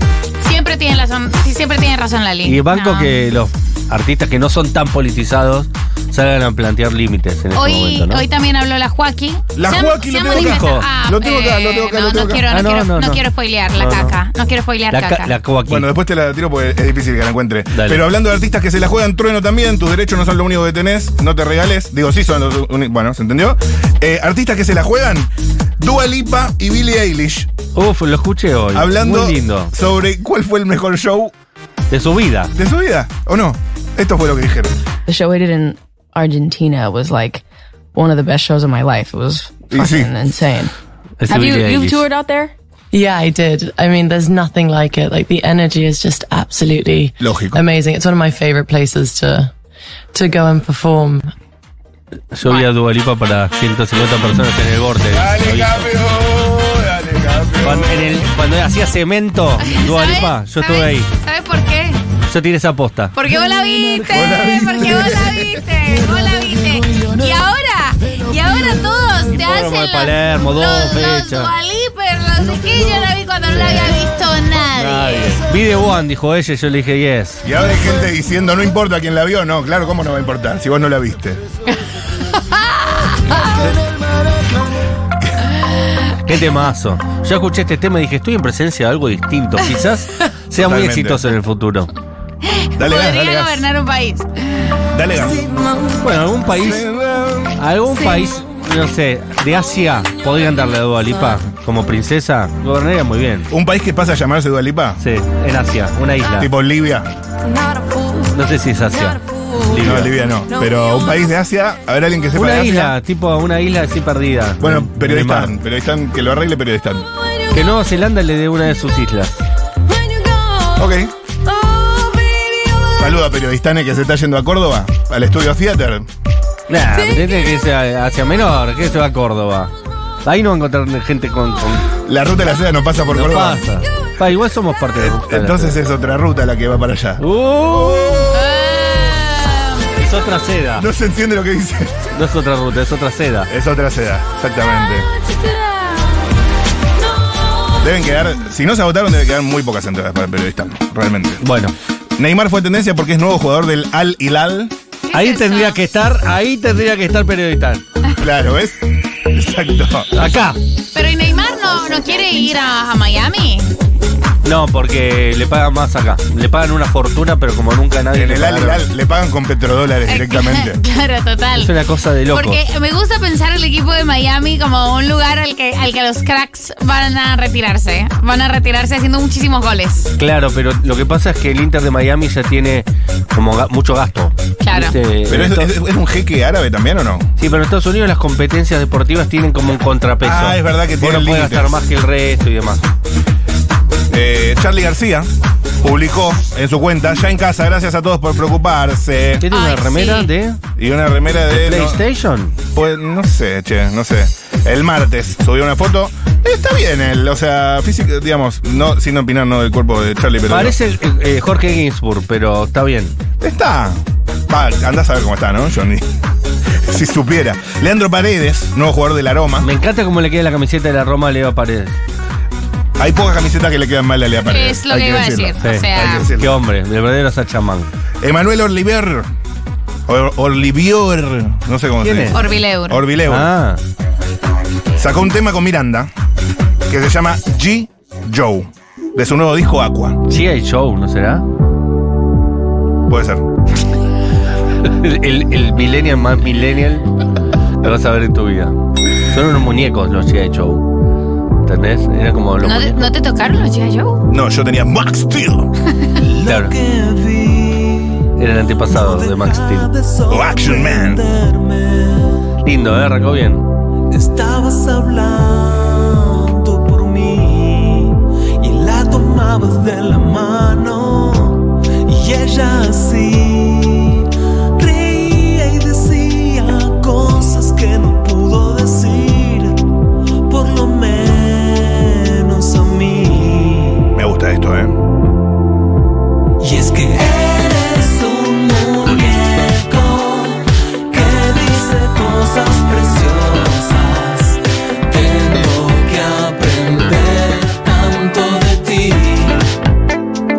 S5: Siempre tiene razón, sí, siempre tiene razón Lali.
S2: Y banco
S5: No.
S2: que los artistas que no son tan politizados salgan a plantear límites en este
S5: Hoy,
S2: momento, ¿no?
S5: hoy también habló la Joaquín.
S1: La Joaquí, lo tengo acá. Lo tengo acá, lo tengo acá,
S5: Ah, eh, No,
S1: lo tengo
S5: no
S1: acá.
S5: quiero,
S2: Ah,
S5: no,
S2: no, no,
S5: quiero, no,
S2: no.
S5: quiero spoilear la
S2: No, no.
S5: caca. No quiero spoilear
S2: la, ca-
S5: caca.
S2: la coaquín.
S1: Bueno, después te la tiro porque es difícil que la encuentre.
S2: Dale.
S1: Pero hablando de artistas que se la juegan, trueno también, tus derechos no son lo único que tenés, no te regales. Digo, sí son los únicos. Bueno, ¿se entendió? Eh, artistas que se la juegan, Dua Lipa y Billie Eilish.
S2: Uf, lo escuché hoy.
S1: Hablando
S2: Muy lindo.
S1: sobre cuál fue el mejor show
S2: De su vida.
S1: de su vida, ¿o no? Esto fue lo que dijeron.
S8: The show we did in Argentina was like one of the best shows of my life. It was
S1: Y sí.
S8: fucking insane.
S2: Es
S9: Have you
S2: Billie
S9: you've
S2: Eilish.
S9: toured out there?
S8: Yeah, I did. I mean, there's nothing like it. Like the energy is just absolutely
S1: Lógico.
S8: amazing. It's one of my favorite places to to go and perform.
S2: Yo vi a Dualipa para 150 personas en el borde. Lo vi.
S1: campeón, dale,
S2: Cuando, en el- cuando hacía cemento, Dualipa,
S5: ¿Sabes?
S2: yo estuve
S5: ¿Sabes?
S2: ahí.
S5: ¿Sabes por qué?
S2: Yo tiré esa posta.
S5: Porque vos la viste, porque vos la viste, vos la viste. Y ahora, y ahora todos te
S2: Hipódromo
S5: hacen
S2: de
S5: los,
S2: Palermo, dos
S5: los, los
S2: fechas.
S5: Dualiper, los de que yo la vi cuando no la había visto nadie.
S2: Vi de One, dijo ella, y yo le dije yes.
S1: Y ahora hay gente diciendo, no importa quién la vio, no, claro, ¿cómo no va a importar? Si vos no la viste.
S2: Qué temazo. Yo escuché este tema y dije, estoy en presencia de algo distinto. Quizás
S1: [LAUGHS]
S2: sea muy
S1: Totalmente.
S2: exitoso en el futuro.
S1: Dale gas, dale
S5: Podría
S1: gas.
S5: gobernar un país.
S1: Dale gas.
S2: Bueno, algún país, algún país, no sé, de Asia, podrían darle a Dualipa como princesa. Gobernaría muy bien.
S1: Un país que pasa a llamarse Dualipa.
S2: Sí, en Asia, una isla.
S1: Tipo Libia.
S2: No sé si es Asia. Libia.
S1: No, Libia no. Pero un país de Asia, habrá alguien que sepa de
S2: Una
S1: Asia?
S2: isla, tipo una isla así perdida.
S1: Bueno,
S2: periodista.
S1: periodistán, periodistán, que lo arregle periodistán.
S2: Que Nueva Zelanda le dé una de sus islas.
S1: Ok. Saluda periodistán que se está yendo a Córdoba, al estudio theater.
S2: Nah, tiene que irse a- hacia menor, que se va a Córdoba. Ahí no va a encontrar gente con. con
S1: La ruta de la seda no pasa por
S2: no
S1: Córdoba.
S2: pasa. Pa, igual somos parte de.
S1: Entonces es otra ruta la que va para allá.
S2: Uh, es otra seda.
S1: No se entiende lo que dice.
S2: No es otra ruta, es otra seda.
S1: Es otra seda, exactamente. Deben quedar, si no se agotaron, deben quedar muy pocas entradas para el periodista, realmente.
S2: Bueno,
S1: Neymar fue tendencia porque es nuevo jugador del Al Hilal.
S2: ahí
S5: eso?
S2: tendría que estar, ahí tendría que estar periodista.
S1: Claro, ¿ves? Exacto.
S2: Acá.
S5: Pero ¿y Neymar no, no quiere ir a, a Miami?
S2: No, porque le pagan más acá. Le pagan una fortuna, pero como nunca nadie.
S1: En
S2: le
S1: el Al
S2: pagaron.
S1: Hilal le pagan con petrodólares directamente.
S5: [LAUGHS] claro, total.
S2: Es una cosa de loco.
S5: Porque me gusta pensar el equipo de Miami como un lugar al que, al que los cracks van a retirarse. Van a retirarse haciendo muchísimos goles.
S2: Claro, pero lo que pasa es que el Inter de Miami ya tiene como ga- mucho gasto.
S5: Claro.
S2: ¿Viste?
S1: ¿Pero es,
S2: Esto-
S1: es- es un jeque árabe también o no?
S2: Sí, pero en Estados Unidos las competencias deportivas tienen como un contrapeso.
S1: Ah, es verdad que
S2: Vos
S1: tienen
S2: no puedes
S1: límites.
S2: gastar más que el resto y demás.
S1: Eh, Charlie García publicó en su cuenta, ya en casa, gracias a todos por preocuparse.
S2: ¿Tiene una
S5: Ay,
S2: remera
S5: sí.
S2: de
S1: Y una remera de... no-
S2: PlayStation?
S1: Pues no sé, che, no sé. El martes subió una foto. Está bien él, o sea, físico, digamos, no, sin opinar no del cuerpo de Charlie, pero.
S2: Parece el- eh, eh, Jorge Ginsburg, pero está bien.
S1: Está. Va, andás a ver cómo está, ¿no? Yo ni. [LAUGHS] si supiera. Leandro Paredes, nuevo jugador del aroma.
S2: Me encanta cómo le queda la camiseta de la Roma a Leo Paredes.
S1: Hay pocas camisetas que le quedan mal a Lea Paredes.
S5: Es lo
S1: hay
S5: que iba a
S1: decirlo.
S5: decir.
S2: Sí,
S5: o sea,
S1: hay que decirlo.
S2: Qué hombre, el verdadero Sachamán.
S1: Emanuel Olivier. Or- Olivier. No sé cómo
S2: ¿Quién
S1: se dice.
S2: es?
S5: Orbileur.
S1: Orbileu.
S2: Ah,
S1: Sacó un tema con Miranda que se llama G. Joe. De su nuevo disco Aqua.
S2: G.I. Show, ¿no será?
S1: Puede ser.
S2: El, el, el millennial más millennial lo vas a ver en tu vida. Son unos muñecos los G.I. Show. ¿Entendés? Era como los
S5: ¿No te,
S2: muñecos.
S5: no te tocaron los G.I. Joe?
S1: No, yo tenía Max Steel.
S2: Claro. Era el antepasado de Max Steel.
S1: O Action Man.
S2: Lindo, ¿eh? Arrancó bien.
S10: Estabas hablando por mí y la tomabas de la mano y ella así reía y decía cosas que no pudo decir, por lo menos a mí.
S1: Me gusta esto, ¿eh?
S10: Y es que eres un muñeco que dice cosas preciosas. Tengo que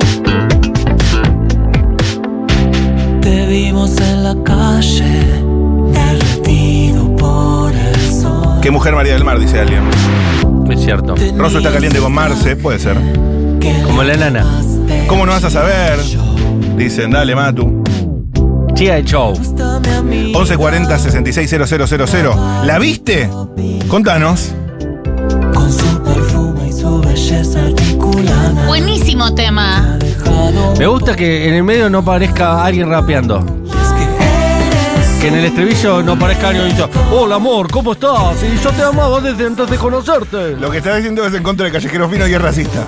S10: aprender tanto de ti. Te vimos en la calle, derretido por el sol.
S1: ¿Qué mujer María del Mar? Dice alguien.
S2: Es cierto.
S1: Rosso está caliente con Marce, puede ser.
S2: Como la nana.
S1: ¿Cómo no vas a saber? Dicen, dale, Matu.
S2: Chia de Show.
S1: 1140-660000. ¿La viste? Contanos.
S10: Con su perfume y su belleza articulada.
S5: Buenísimo tema.
S2: Me gusta que en el medio no parezca alguien rapeando. Que en el estribillo no parezca alguien diciendo, hola amor, ¿cómo estás? Y yo te amaba desde antes de conocerte.
S1: Lo que está diciendo es en contra de Callejero Fino y es racista.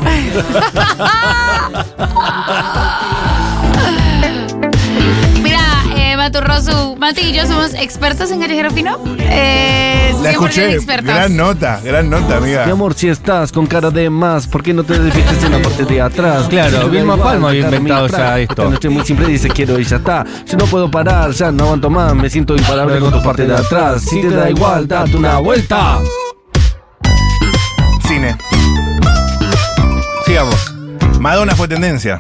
S5: Mira, eh, Maturrosu, Mati y yo somos expertos en callejero fino. Eh,
S1: La
S5: 100%
S1: escuché.
S5: expertos.
S1: Gran nota, gran nota,
S2: Mi
S1: amiga.
S2: amor, si estás con cara de más, ¿por qué no te desvistes en la parte de atrás? Claro, Vilma Palma había inventado ya esto. Esta noche muy simple dice quiero y ya está. Yo no puedo parar, ya no aguanto más, me siento imparable con tu parte de atrás. Si te da igual, date una vuelta.
S1: Cine.
S2: Sigamos.
S1: Madonna fue tendencia.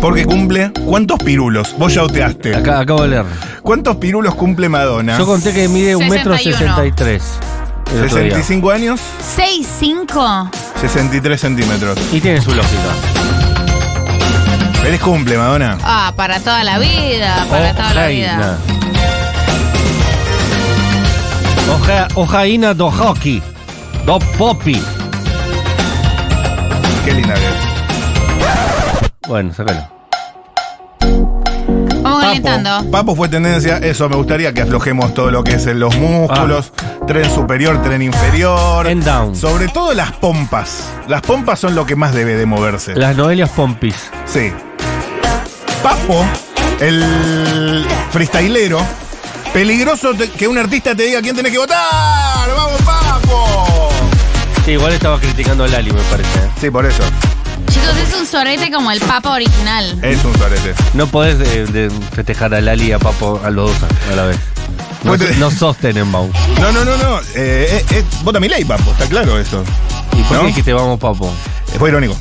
S1: Porque cumple. ¿Cuántos pirulos? Vos ya oteaste.
S2: Acá, acabo de leer.
S1: ¿Cuántos pirulos cumple Madonna?
S2: Yo conté que mide un metro 63. el otro día.
S1: 65 años,
S5: 6-5.
S1: 63 centímetros.
S2: Y tiene su lógica.
S1: Feliz cumple, Madonna.
S5: Ah, para toda la vida, para
S2: O-
S5: toda la
S2: Jaina.
S5: vida.
S2: Oja- Ojaina do hockey. Do popi.
S1: Qué linda que es.
S2: Bueno, sácalo.
S5: Vamos calentando.
S1: Papo fue tendencia, eso me gustaría que aflojemos todo lo que es en los músculos, tren superior, tren inferior.
S2: En down.
S1: Sobre todo las pompas. Las pompas son lo que más debe de moverse.
S2: Las Noelias Pompis.
S1: Sí. Papo, el freestylero, peligroso te- que un artista te diga quién tenés que votar. ¡Vamos, Papo!
S2: Sí, igual estaba criticando a Lali, me parece. ¿eh?
S1: Sí, por eso.
S5: Chicos, es un sorete como el papa original.
S1: Es un sorete.
S2: No podés eh, de festejar a Lali y a Papo a los dos a la vez. No,
S1: Pues te-
S2: no sostenen, Mau.
S1: No, no, no, no. Eh, eh, eh, vota mi ley, Papo. Está claro eso.
S2: ¿Y por
S1: ¿No?
S2: qué dijiste vamos, Papo?
S1: Eh, Fue irónico.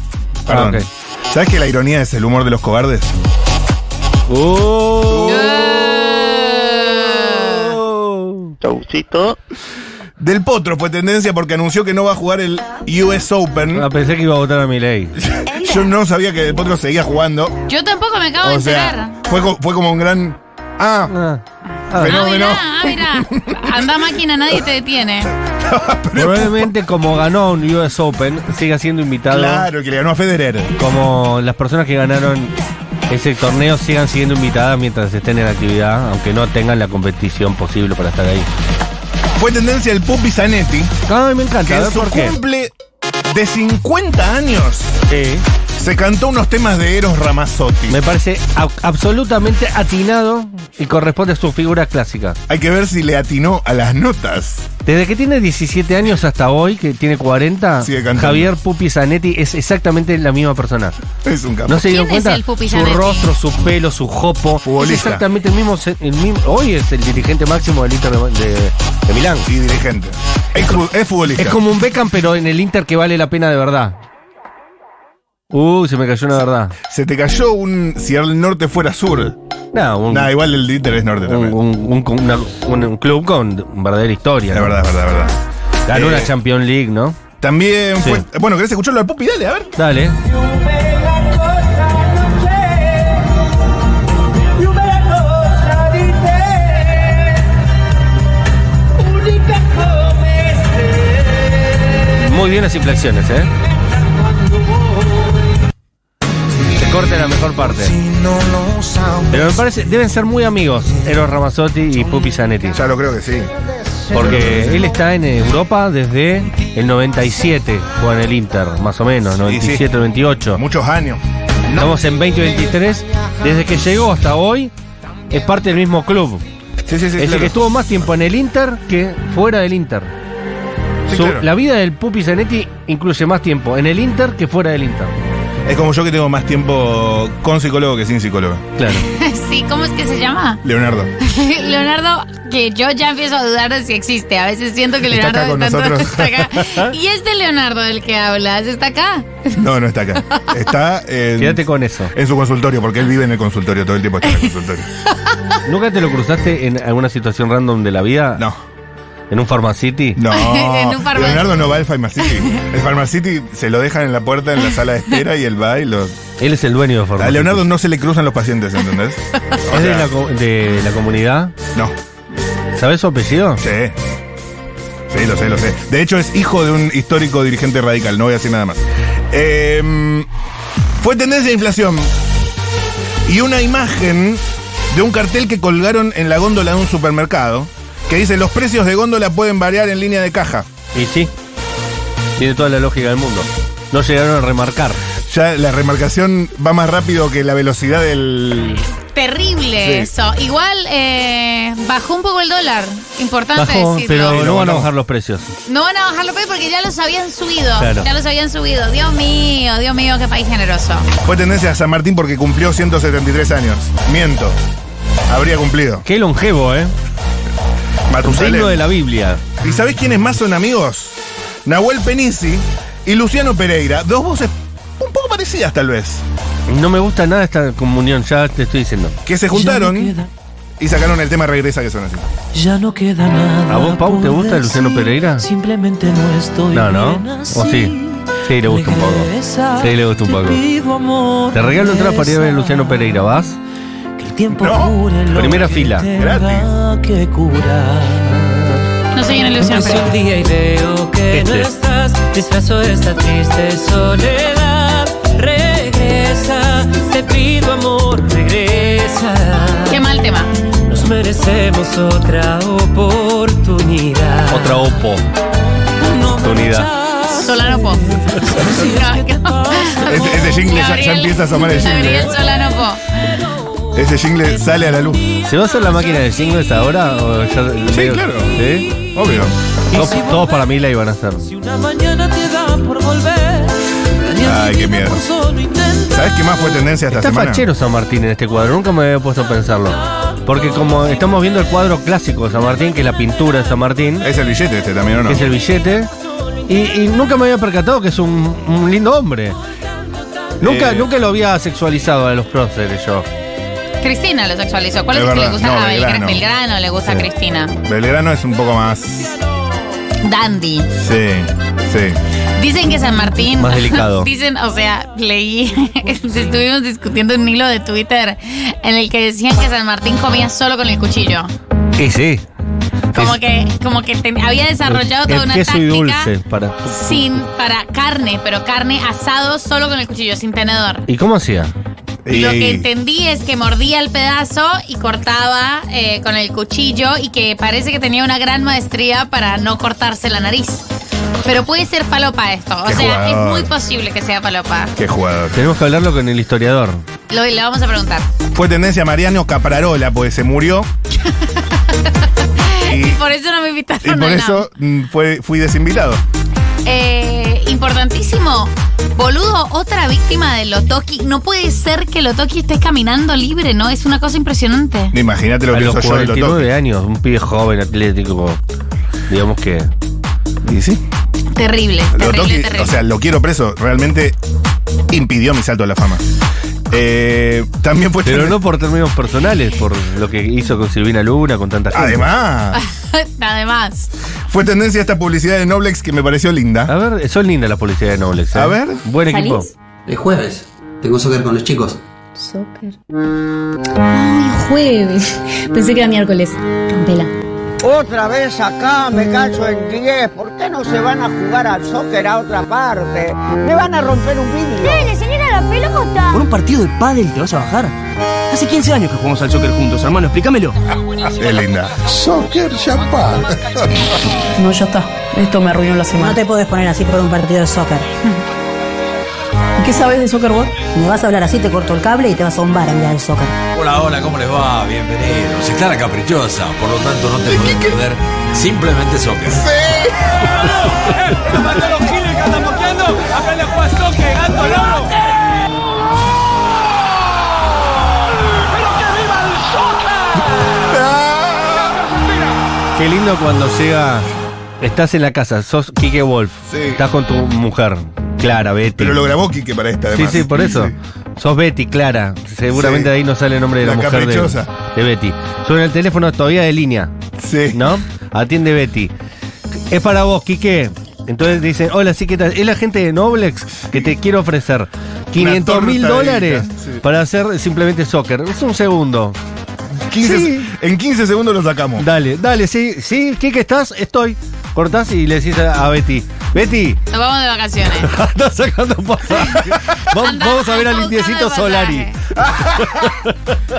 S1: Perdón.
S2: Ah, ok.
S1: ¿Sabes que la ironía es el humor de los cobardes?
S6: Chaucito.
S1: Del Potro fue tendencia porque anunció que no va a jugar el US Open.
S2: Ah, pensé que iba a votar a Milei.
S1: Yo no sabía que Del Potro seguía jugando.
S5: Yo tampoco me acabo de
S1: O
S5: enterar.
S1: sea, fue, co- fue como un gran. Ah,
S2: Ah,
S5: Ah,
S1: fenómeno.
S5: mirá, ah, mirá. Anda máquina, nadie te detiene. [LAUGHS]
S2: probablemente como ganó un US Open, siga siendo invitado.
S1: Claro, que le ganó a Federer.
S2: Como las personas que ganaron ese torneo sigan siendo invitadas mientras estén en actividad, aunque no tengan la competición posible para estar ahí.
S1: Fue tendencia el Pupi Zanetti,
S2: Ay, me
S1: que
S2: encanta, a
S1: en
S2: ver
S1: su
S2: por qué.
S1: cumple de 50 años
S2: Sí.
S1: se cantó unos temas de Eros Ramazzotti.
S2: Me parece ab- absolutamente atinado y corresponde a su figura clásica.
S1: Hay que ver si le atinó a las notas.
S2: Desde que tiene 17 años hasta hoy, que tiene 40,
S1: Sigue cantando.
S2: Javier Pupi Zanetti es exactamente la misma persona.
S1: Es un capo.
S2: ¿No se dieron
S5: ¿Quién es
S2: cuenta?
S5: el Pupi
S2: su
S5: Zanetti?
S2: rostro, su pelo, su jopo. Es
S1: Futbolista.
S2: exactamente el mismo, se- el mismo- Hoy es el dirigente máximo del Inter de, de- de Milán.
S1: Y dirigente. Es, fu- es futbolista.
S2: Es como un Beckham, pero en el Inter que vale la pena de verdad. Uy, se me cayó una verdad.
S1: Se te cayó un. Si el norte fuera sur.
S2: No, un,
S1: Nada, igual el Inter es norte
S2: un-
S1: también.
S2: un- un- una- un- un club con verdadera historia.
S1: La
S2: ¿no?
S1: verdad, es verdad, es verdad.
S2: Ganó
S1: Eh,
S2: una Champions League, ¿no?
S1: También
S2: Sí.
S1: fue. Bueno, ¿querés escucharlo al Pupi? Dale, a ver.
S2: Dale. Muy bien las inflexiones, ¿eh? Se corta la mejor parte. Pero me parece, deben ser muy amigos Eros Ramazzotti y Pupi Zanetti.
S1: Ya lo creo que sí.
S2: Porque él está en Europa desde el 97, juega en el Inter, más o menos,
S1: Sí, sí.
S2: 97, 98.
S1: Muchos años.
S2: Estamos en 2023. Desde que llegó hasta hoy, es parte del mismo club.
S1: Sí, sí, sí.
S2: es el
S1: claro.
S2: que estuvo más tiempo en el Inter que fuera del Inter.
S1: Sí,
S2: Su-
S1: claro.
S2: La vida del Pupi Zanetti incluye más tiempo en el Inter que fuera del Inter.
S1: Es como yo que tengo más tiempo con psicólogo que sin psicólogo.
S2: Claro.
S5: Sí, ¿cómo es que se llama?
S1: Leonardo.
S5: [LAUGHS] Leonardo, que yo ya empiezo a dudar de si existe. A veces siento que
S1: Está acá
S5: Leonardo
S1: con
S5: tanto-
S1: nosotros. [LAUGHS] ¿Ah?
S5: está acá. Y es de Leonardo del que hablas, está acá.
S1: No, no está acá. Está en,
S2: [LAUGHS] Quédate con eso.
S1: en su consultorio, porque él vive en el consultorio, todo el tiempo está en el
S2: [LAUGHS]
S1: consultorio.
S2: ¿Nunca te lo cruzaste en alguna situación random de la vida?
S1: No,
S2: ¿En un Pharmacity?
S1: no.
S5: [LAUGHS] En un farmac-
S1: Leonardo no va al Pharmacity. El Pharmacity se lo dejan en la puerta, en la sala de espera, y él va y los.
S2: Él es el dueño de
S1: A
S2: Pharmacity.
S1: Leonardo no se le cruzan los pacientes,
S2: [LAUGHS]
S1: ¿entendés? O
S2: ¿Es de
S1: sea,
S2: la, co- de la comunidad?
S1: No,
S2: ¿Sabes su apellido?
S1: sí. Sí, lo sé, lo sé. De hecho, es hijo de un histórico dirigente radical, no voy a decir nada más. Em, Fue tendencia de inflación. Y una imagen de un cartel que colgaron en la góndola de un supermercado que dice los precios de góndola pueden variar en línea de caja.
S2: Y sí, tiene toda la lógica del mundo. No llegaron a remarcar.
S1: Ya la remarcación va más rápido que la velocidad del...
S5: Terrible
S1: Sí.
S5: eso. Igual eh, bajó un poco el dólar. Importante
S2: Bajó,
S5: decirlo.
S2: pero
S1: Pero
S2: no van a
S1: no.
S2: bajar los precios.
S5: No van a bajar los precios porque ya los habían subido.
S2: Claro.
S5: Ya los habían subido. Dios mío, Dios mío, qué país generoso.
S1: Fue tendencia a San Martín porque cumplió 173 años. Miento. Habría cumplido.
S2: Qué longevo, ¿eh?
S1: Matusalén.
S2: Signo de la Biblia.
S1: ¿Y sabés quiénes más son amigos? Nahuel Penisi y Luciano Pereira. Dos voces un poco parecidas tal vez.
S2: No me gusta nada esta comunión, ya te estoy diciendo.
S1: Que se
S10: Ya no
S1: juntaron
S10: queda,
S1: y sacaron el tema Regresa que son así.
S10: ya no queda nada.
S2: ¿A vos, Pau, te
S10: por
S2: gusta Luciano
S10: decir,
S2: Pereira?
S10: Simplemente no estoy.
S2: No, ¿no?
S10: bien
S2: ¿O sí?
S10: así.
S2: Sí, le gusta un poco.
S10: Regresa,
S2: Sí, le gusta un
S10: te
S2: poco.
S10: pido amor,
S2: Te regalo entrada para ir a ver a
S10: regresa.
S2: Luciano Pereira, ¿vas?
S10: Que el tiempo
S1: No.
S10: cure lo
S2: Primera
S10: que
S2: fila.
S10: tenga que curar.
S5: No soy una ilusión,
S10: Empiezo el
S5: pero.
S10: día y veo que no
S2: Este.
S10: estás. Disfrazo esta triste soledad. Regresa, te pido amor, regresa.
S5: Qué mal tema.
S10: Nos merecemos otra oportunidad.
S2: Otra OPO.
S10: No me
S2: oportunidad.
S10: rechazes.
S1: [LAUGHS]
S5: Solano Po.
S10: Si es que te
S5: No,
S10: pasa,
S1: Ese, ese jingle ya- ya,
S5: Gabriel-
S1: empieza a asomar el jingle.
S5: Gabriel
S1: ¿eh?
S5: Solano Po.
S1: Ese jingle sale a la luz.
S2: ¿Se va a hacer la máquina de singles ahora? o ya- medio-
S1: claro.
S2: ¿Sí?
S1: Obvio.
S2: Todos, todos para mí la iban a hacer.
S10: Si una mañana te da por volver.
S1: Ay, qué miedo. ¿Sabés qué más fue tendencia esta
S2: Está
S1: semana?
S2: fachero San Martín en este cuadro, nunca me había puesto a pensarlo. Porque como estamos viendo el cuadro clásico de San Martín, que es la pintura de San Martín,
S1: Es el billete este también, ¿o no?
S2: que es el billete, y, y nunca me había percatado que es un, un lindo hombre. Nunca,
S1: Eh.
S2: nunca lo había sexualizado a los próceres yo.
S5: Cristina lo sexualizó. ¿Cuál
S1: Es
S5: es, el que le
S1: verdad.
S5: gusta
S1: No,
S5: a
S1: Belgrano.
S5: Belgrano? Belgrano le gusta a Cristina.
S1: Belgrano es un poco más...
S5: Dandy.
S1: Sí, sí.
S5: Dicen que San Martín.
S2: Más delicado.
S5: [LAUGHS] Dicen, o sea, leí. [LAUGHS] estuvimos discutiendo en un hilo de Twitter en el que decían que San Martín comía solo con el cuchillo.
S2: Y sí.
S5: Como
S2: Es-
S5: que, como que ten- había desarrollado
S2: el
S5: toda una
S2: queso
S5: táctica.
S2: y dulce. Para.
S5: Sin, para carne, pero carne asado solo con el cuchillo, sin tenedor.
S2: ¿Y cómo hacía?
S1: Y-
S5: Lo que entendí es que mordía el pedazo y cortaba eh, con el cuchillo y que parece que tenía una gran maestría para no cortarse la nariz. Pero puede ser falopa esto. O
S1: Qué
S5: sea,
S1: jugador.
S5: es muy posible que sea falopa.
S1: Qué jugador.
S2: Tenemos que hablarlo con el historiador.
S5: Lo, le vamos a preguntar.
S1: Fue tendencia Mariano Caprarola porque se
S5: [LAUGHS]
S1: murió.
S5: Y,
S1: y,
S5: por eso no me invitaron
S1: y
S5: al
S1: por
S5: NAM.
S1: eso mm, fue, fui desinvitado.
S5: Eh, importantísimo. Boludo, otra víctima de Lotoki. No puede ser que Lotoki estés caminando libre, ¿no? Es una cosa impresionante.
S1: Imagínate lo
S2: a
S1: que
S2: los
S1: hizo yo de
S2: 49 años, un pibe joven, atlético, digamos que...
S1: Y sí.
S5: Terrible, terrible,
S1: Lotoki,
S5: terrible.
S1: o sea, lo quiero preso. Realmente impidió mi salto a la fama. Eh, también fue
S2: Pero
S1: tenden-
S2: no por términos personales, por lo que hizo con Silvina Luna, con tanta gente.
S1: Además,
S5: [LAUGHS] Además.
S1: fue tendencia esta publicidad de Noblex que me pareció linda.
S2: A ver, son lindas las publicidades de Noblex. ¿eh?
S1: A ver.
S2: Buen equipo.
S9: El jueves tengo soccer con los chicos.
S3: Soccer. Ay, jueves. Pensé que era miércoles. Campela.
S7: Otra vez acá me cacho en 10. ¿Por qué no se van a jugar al soccer a otra parte? Me van a romper un vidrio.
S3: señora, la pelota.
S9: ¿Por un partido de pádel te vas a bajar? Hace 15 años que jugamos al soccer juntos, hermano, explícamelo.
S5: Ah.
S1: Es
S5: [LAUGHS]
S1: linda.
S8: No, ya está. Esto me arruinó la semana.
S3: No te puedes poner así por un partido de soccer.
S8: ¿Qué sabes de soccer vos?
S3: Me vas a hablar así, te corto el cable y te vas a un bar a mirar el soccer.
S10: Hola, hola, ¿cómo les va? Bienvenidos. Está la caprichosa, por lo tanto no te pueden perder. Simplemente soccer.
S2: Qué lindo cuando llega... Estás en la casa, sos Kike Wolf.
S1: Sí.
S2: Estás con tu mujer, Clara, Betty.
S1: Pero lo grabó Quique para esta,
S2: Sí,
S1: además.
S2: sí, por eso. Sos Betty, Clara.
S1: Sí.
S2: Seguramente de ahí no sale el nombre de la,
S1: La
S2: mujer de,
S1: caprichosa.
S2: de Betty. Suena el teléfono todavía de línea,
S1: Sí.
S2: ¿no? Atiende Betty. Es para vos, Quique. Entonces dicen, hola, sí, ¿qué tal? Es la gente de Noblex que te quiero ofrecer 500 mil
S1: torta de
S2: dólares
S1: guitas, sí.
S2: para hacer simplemente soccer. Es un segundo.
S1: 15
S2: Sí.
S1: En 15 segundos lo sacamos.
S2: Dale, dale, sí, sí, Quique, ¿estás? Estoy. cortás y le decís a, a Betty, Betty, [LAUGHS]
S5: Nos vamos de vacaciones.
S2: andá sacando pasaje. Vamos,
S5: [LAUGHS] Andá,
S2: vamos a ver al
S5: andá
S2: indiecito
S5: buscando
S2: Solari.
S5: pasaje.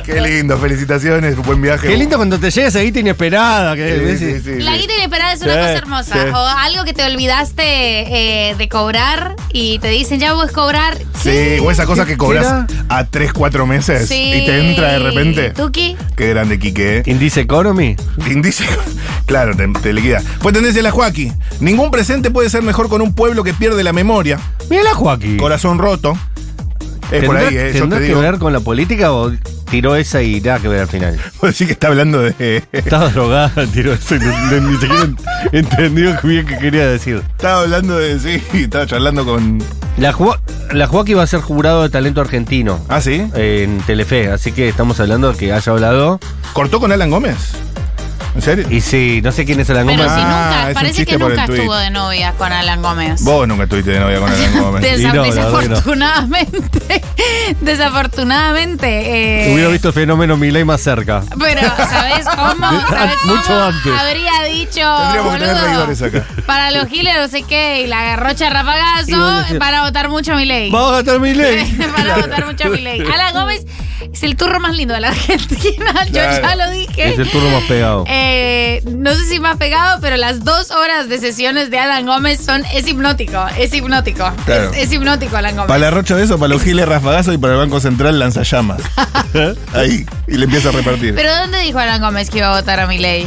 S1: Qué lindo, felicitaciones, buen viaje.
S2: Qué lindo cuando te llega esa guita inesperada. Que eh.
S1: Sí,
S2: decís,
S1: sí, sí, sí.
S5: La guita inesperada es una
S2: Sí,
S5: cosa hermosa.
S1: sí.
S5: O algo que te olvidaste eh, de cobrar y te dicen, ya puedes cobrar.
S1: Sí, o esa cosa que cobras
S2: era?
S1: a 3, 4 meses
S5: Sí.
S1: y te entra de repente.
S5: Tuki.
S1: Qué grande, Quique. ¿eh?
S2: Indice Economy.
S1: Indice. [LAUGHS] Claro, te, te liquida. Fue tendencia de la Joaquín. Ningún presente puede ser mejor con un pueblo que pierde la memoria.
S2: Mira la Joaquín.
S1: Corazón roto. Es por ahí, eh, yo
S2: ¿Tendrá
S1: te
S2: que
S1: digo.
S2: ver con la política o tiró esa y nada que ver al final?
S1: [LAUGHS] Puedo decir que está hablando de.
S2: [LAUGHS]
S1: [LAUGHS]
S2: Estaba drogada, tiró esa y no- no- ni siquiera ent- entendió bien qué quería decir.
S1: Estaba hablando de. Sí, estaba charlando con.
S2: La, Jo- la Joaquín va a ser jurado de talento argentino
S1: Ah, sí.
S2: en Telefe, así que estamos hablando de que haya hablado.
S1: ¿Cortó con Alan Gómez? ¿En serio?
S2: Y sí, no sé quién es el
S5: Pero
S1: Ah,
S5: si
S2: Gómez.
S5: nunca,
S1: es un
S5: parece
S1: chiste
S5: que
S1: por el
S5: nunca
S1: tuit.
S5: estuvo de novia con Alan Gómez.
S1: Vos nunca estuviste de novia con Alan Gómez.
S5: Desa-
S2: Y no, la verdad que no.
S5: desafortunadamente, [LAUGHS] desafortunadamente. eh,
S2: Ah, Hubiera visto el fenómeno Milei más cerca.
S5: Pero, ¿sabes cómo?
S1: [LAUGHS]
S5: ¿Sabes cómo
S2: Mucho antes.
S5: Habría dicho.
S1: Tendríamos que tener
S5: boludo,
S1: seguidores acá.
S5: Para los giles, no sé qué, y la agarró
S2: Y vos
S5: rapagazo
S2: decís-
S5: para votar mucho a mi ley.
S2: Vamos a gastar
S5: [LAUGHS]
S2: Milei.
S5: para votar mucho a mi ley. Ala Gómez es el turro más lindo de la [LAUGHS] Argentina. Yo
S1: Claro.
S5: ya lo dije.
S2: Es el turno más pegado.
S5: Eh, no sé si me ha pegado, pero las dos horas de sesiones de Alan Gómez son. Es hipnótico, es hipnótico.
S1: Claro.
S5: Es, es hipnótico, Alan Gómez.
S1: Para la Rocha de eso, para los giles rafagazo y para el Banco Central lanzallamas. Ahí. Y le empieza a repartir.
S5: Pero ¿dónde dijo Alan Gómez que iba a votar a mi ley?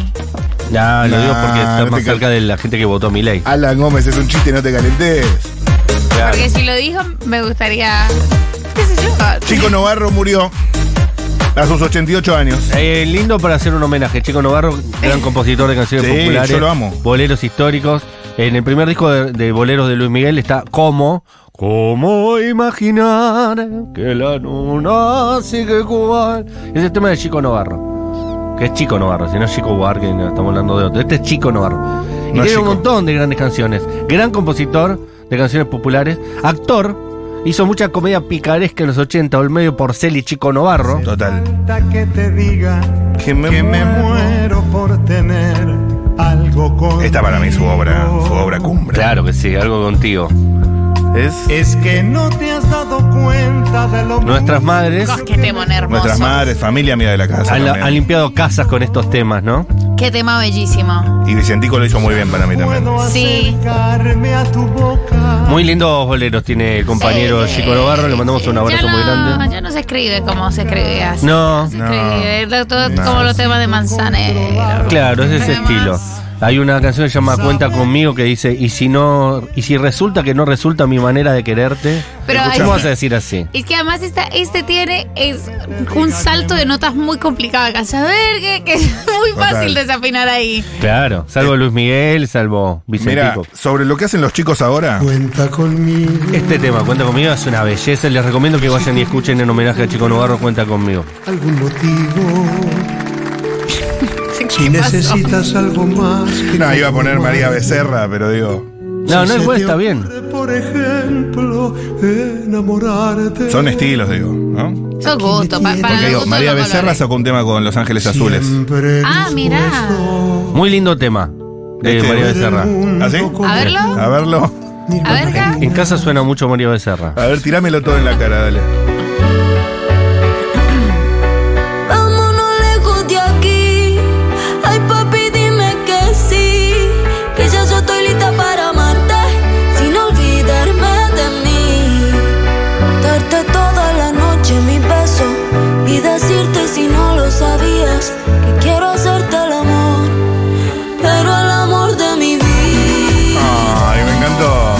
S2: Ya, lo
S1: Nah,
S2: digo porque está
S1: no
S2: más
S1: te cal-
S2: cerca de la gente que votó a Milei.
S1: Alan Gómez es un chiste, no te calentes.
S5: Porque si lo dijo, me gustaría. ¿Qué sé yo?
S1: Chico Novarro murió a sus 88 años.
S2: Eh, lindo para hacer un homenaje. Chico Novarro, gran compositor de canciones
S1: Eh. Sí,
S2: populares.
S1: yo lo amo.
S2: Boleros históricos. En el primer disco de, de Boleros de Luis Miguel está Como. ¿Cómo imaginar que la luna sigue igual? Es el tema de Chico Novarro. Que es Chico Novarro, si no es Chico War, que no, estamos hablando de otro. Este es Chico Novarro. Y
S1: No es
S2: tiene un
S1: Chico.
S2: montón de grandes canciones. Gran compositor de canciones populares. Actor. Hizo mucha comedia picaresca en los 80, Olmedo Porcel y Chico Novarro.
S1: Total.
S11: que te diga
S1: Que me,
S11: muero por tener algo con
S1: Esta para mí es su obra, su obra cumbre.
S2: Claro que sí, algo contigo.
S1: Es
S11: es que no te has dado cuenta de lo
S2: Nuestras madres
S5: Dios, qué temón hermoso.
S1: nuestras madres, familia amiga de la casa.
S2: han,
S1: también.
S2: han limpiado casas con estos temas, ¿no?
S5: Qué tema bellísimo.
S1: Y Vicentico lo hizo muy bien para mí también.
S5: Sí.
S11: acercarme a tu boca.
S2: Muy lindos boleros tiene el compañero
S5: Sí.
S2: Chico Novarro, le mandamos un abrazo
S5: Ya
S2: muy
S5: no-
S2: grande.
S5: Ya no se escribe como se escribía. así.
S2: No,
S5: Se
S1: No.
S5: escribe lo- todo
S1: No.
S5: como los temas de eh. Manzanero.
S2: claro, es de ese
S5: Además,
S2: estilo. Hay una canción que se llama Cuenta conmigo que dice, y si no, y si resulta que no resulta mi manera de quererte,
S5: Pero hay-
S2: ¿cómo vas a decir así?
S5: Es que además esta, este tiene es un salto de notas muy complicado acá. Saber que, que es [LAUGHS] muy
S1: Total.
S5: fácil desafinar ahí.
S2: Claro, Eh, salvo Luis Miguel, salvo
S1: Mira,
S2: Vicentico.
S1: sobre lo que hacen los chicos ahora,
S11: Cuenta conmigo.
S2: Este tema, Cuenta conmigo, es una belleza. Les recomiendo que vayan y escuchen en homenaje a Chico Novarro, Cuenta conmigo.
S11: Algún motivo. Si
S5: pasó?
S11: necesitas algo más. que
S1: no, iba a poner
S11: calma.
S1: María Becerra, pero digo,
S2: No, no,
S11: Se
S2: igual
S11: te
S2: está bien.
S11: ocurre, Por ejemplo, enamorarte.
S1: son estilos, digo, ¿no?
S5: Eso es gusto. pa- para
S1: Porque
S5: el
S1: digo,
S5: gusto
S1: María
S5: de los
S1: Becerra
S5: colores.
S1: sacó un tema con Los Ángeles Azules.
S11: Siempre
S5: Ah, mirá.
S11: dispuesto
S2: Muy lindo tema de
S1: Este,
S2: Eh, María
S1: del
S2: Becerra.
S11: mundo
S1: ¿Ah, sí?
S11: con-
S5: A verlo.
S1: A verlo,
S11: Ni
S5: A ver, acá.
S2: En casa suena mucho María Becerra.
S1: a ver, tirámelo todo en la cara, dale.
S12: Vámonos lejos de aquí. Ay, papi, dime que sí. Que ya yo estoy lista para amarte. Sin olvidarme de mí. Darte toda la noche mi beso. Y decirte si no lo sabías. Que quiero hacerte el amor. Pero el amor de mi vida.
S1: Ay, me encantó.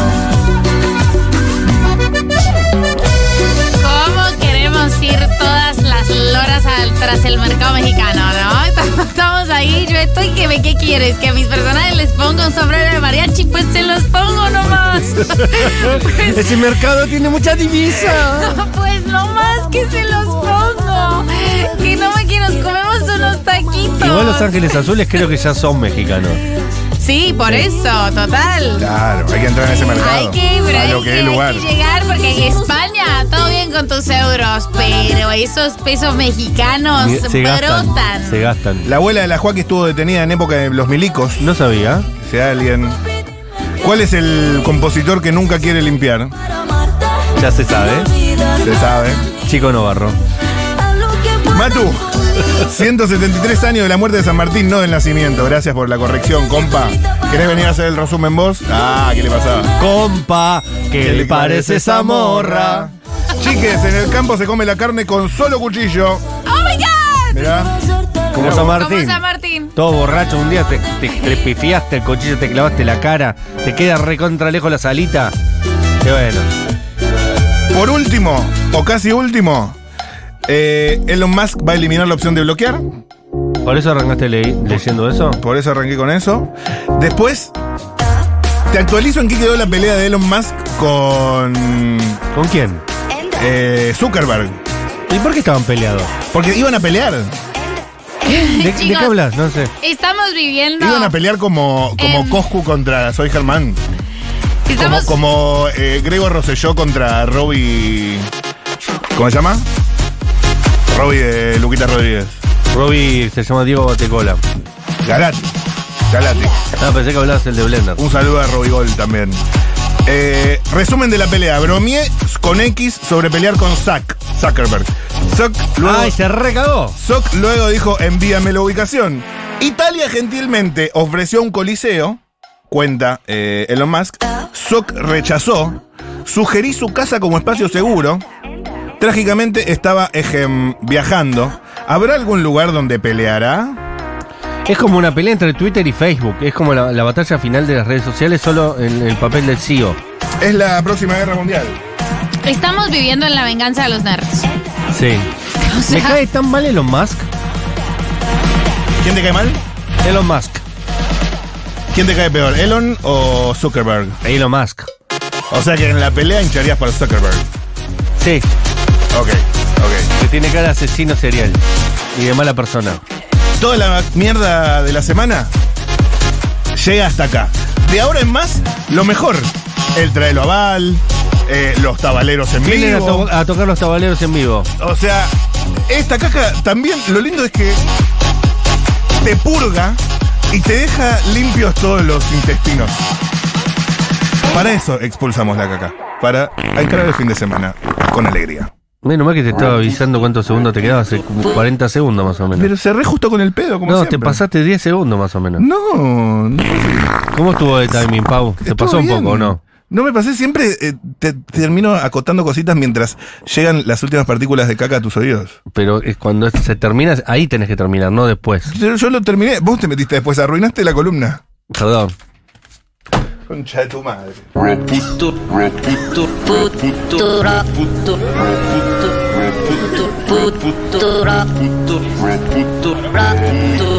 S5: ¿Cómo queremos ir todas las loras al- tras el mercado mexicano, no? Estamos ahí, yo estoy que me, ¿qué quieres? Que a mis personajes les pongo un sombrero de mariachi, pues se los
S1: [LAUGHS]
S5: pongo nomás. Pues,
S2: Ese mercado tiene mucha divisa.
S5: pues nomás que se los pongo. Que no me que nos comemos unos taquitos.
S2: Igual Los Ángeles Azules creo que ya son mexicanos.
S5: Sí, por eso, total.
S1: Claro, hay que entrar en ese mercado.
S5: Hay que, pero
S1: a
S5: hay
S1: lo que es
S5: que- hay
S1: lugar.
S5: que llegar porque en España todo bien con tus euros, pero esos pesos mexicanos brotan.
S1: se gastan. La abuela de la Joaquín estuvo detenida en época de los milicos. No sabía. Si hay alguien. ¿Cuál es el compositor que nunca quiere limpiar?
S2: Ya se sabe.
S1: Se sabe.
S2: Chico Novarro.
S1: Matu, 173 años de la muerte de San Martín, no del nacimiento. Gracias por la corrección, compa. ¿Querés venir a hacer el resumen vos? Ah, ¿qué le pasaba?
S2: Compa, ¿qué le parece esa morra?
S1: Chiques, en el campo se come la carne con solo cuchillo.
S5: ¡Oh, my God!
S1: Mirá.
S2: Como San Martín.
S5: San Martín.
S2: Todo borracho, un día te, te, te pifiaste el cuchillo, te clavaste la cara, te queda recontra lejos la salita. Qué bueno.
S1: Por último, o casi último, eh, Elon Musk va a eliminar la opción de bloquear.
S2: ¿Por eso arrancaste le- leyendo eso?
S1: Por eso arranqué con eso. Después, te actualizo en qué quedó la pelea de Elon Musk con. eh,
S2: ¿Con quién?
S1: Zuckerberg.
S2: ¿Y por qué estaban peleados?
S1: Porque iban a pelear.
S2: ¿De, de qué
S5: Chicos.
S2: hablas? No sé.
S5: Estamos viviendo.
S1: Iban a pelear como, como
S5: Em.
S1: Coscu contra Soy Germán.
S5: Estamos-
S1: Como, como eh, Gregor Rosselló contra Robbie. ¿Cómo se llama? Robbie de Luquita Rodríguez.
S2: Robbie se llama Diego Batecola.
S1: Galati. Galati.
S2: Ah, pensé que hablabas el de Blender.
S1: Un saludo a Robbie Gol también. Eh, resumen de la pelea. Bromié con X sobre pelear con Zack. Zuckerberg. Zuck luego,
S2: ¡Ay, se recagó!
S1: Zuck luego dijo, envíame la ubicación. Italia gentilmente ofreció un coliseo, cuenta eh, Elon Musk. Zuck rechazó. Sugerí su casa como espacio seguro. Trágicamente estaba ejem, viajando. ¿Habrá algún lugar donde peleará?
S2: Es como una pelea entre Twitter y Facebook. Es como la, la batalla final de las redes sociales, solo en el papel del E CEO.
S1: Es la próxima guerra mundial.
S5: Estamos viviendo en la venganza de los nerds.
S2: Sí.
S5: O sea-
S2: ¿Me cae tan mal Elon Musk?
S1: ¿Quién te cae mal?
S2: Elon Musk.
S1: ¿Quién te cae peor, Elon o Zuckerberg?
S2: Elon Musk.
S1: O sea que en la pelea hincharías por Zuckerberg.
S2: Sí,
S1: Ok, ok.
S2: que tiene cara de asesino serial y de mala persona.
S1: Toda la mierda de la semana llega hasta acá. De ahora en más, lo mejor. El traelo aval, eh, los tabaleros en
S2: Vienen a,
S1: vivo.
S2: to- a tocar los tabaleros en vivo.
S1: O sea, esta caja también, lo lindo es que te purga y te deja limpios todos los intestinos. Para eso expulsamos la caca. Para encarar el fin de semana con alegría.
S2: Menos mal que te estaba avisando cuántos segundos te quedaba, hace como 40 segundos más o menos.
S1: Pero cerré justo con el pedo, como
S2: no,
S1: siempre.
S2: te pasaste 10 segundos más o menos.
S1: No, no.
S2: ¿Cómo estuvo de timing, Pau? ¿Te
S1: estuvo
S2: pasó un
S1: bien.
S2: poco o no?
S1: No me pasé, siempre eh, te, termino acotando cositas mientras llegan las últimas partículas de caca a tus oídos.
S2: Pero es cuando se termina, ahí tenés que terminar, no después.
S1: Yo, yo lo terminé, vos te metiste después, arruinaste la columna.
S2: Perdón.
S1: Concha de tu madre.
S12: Putura, putura, putura, putura, putura, putura, putura,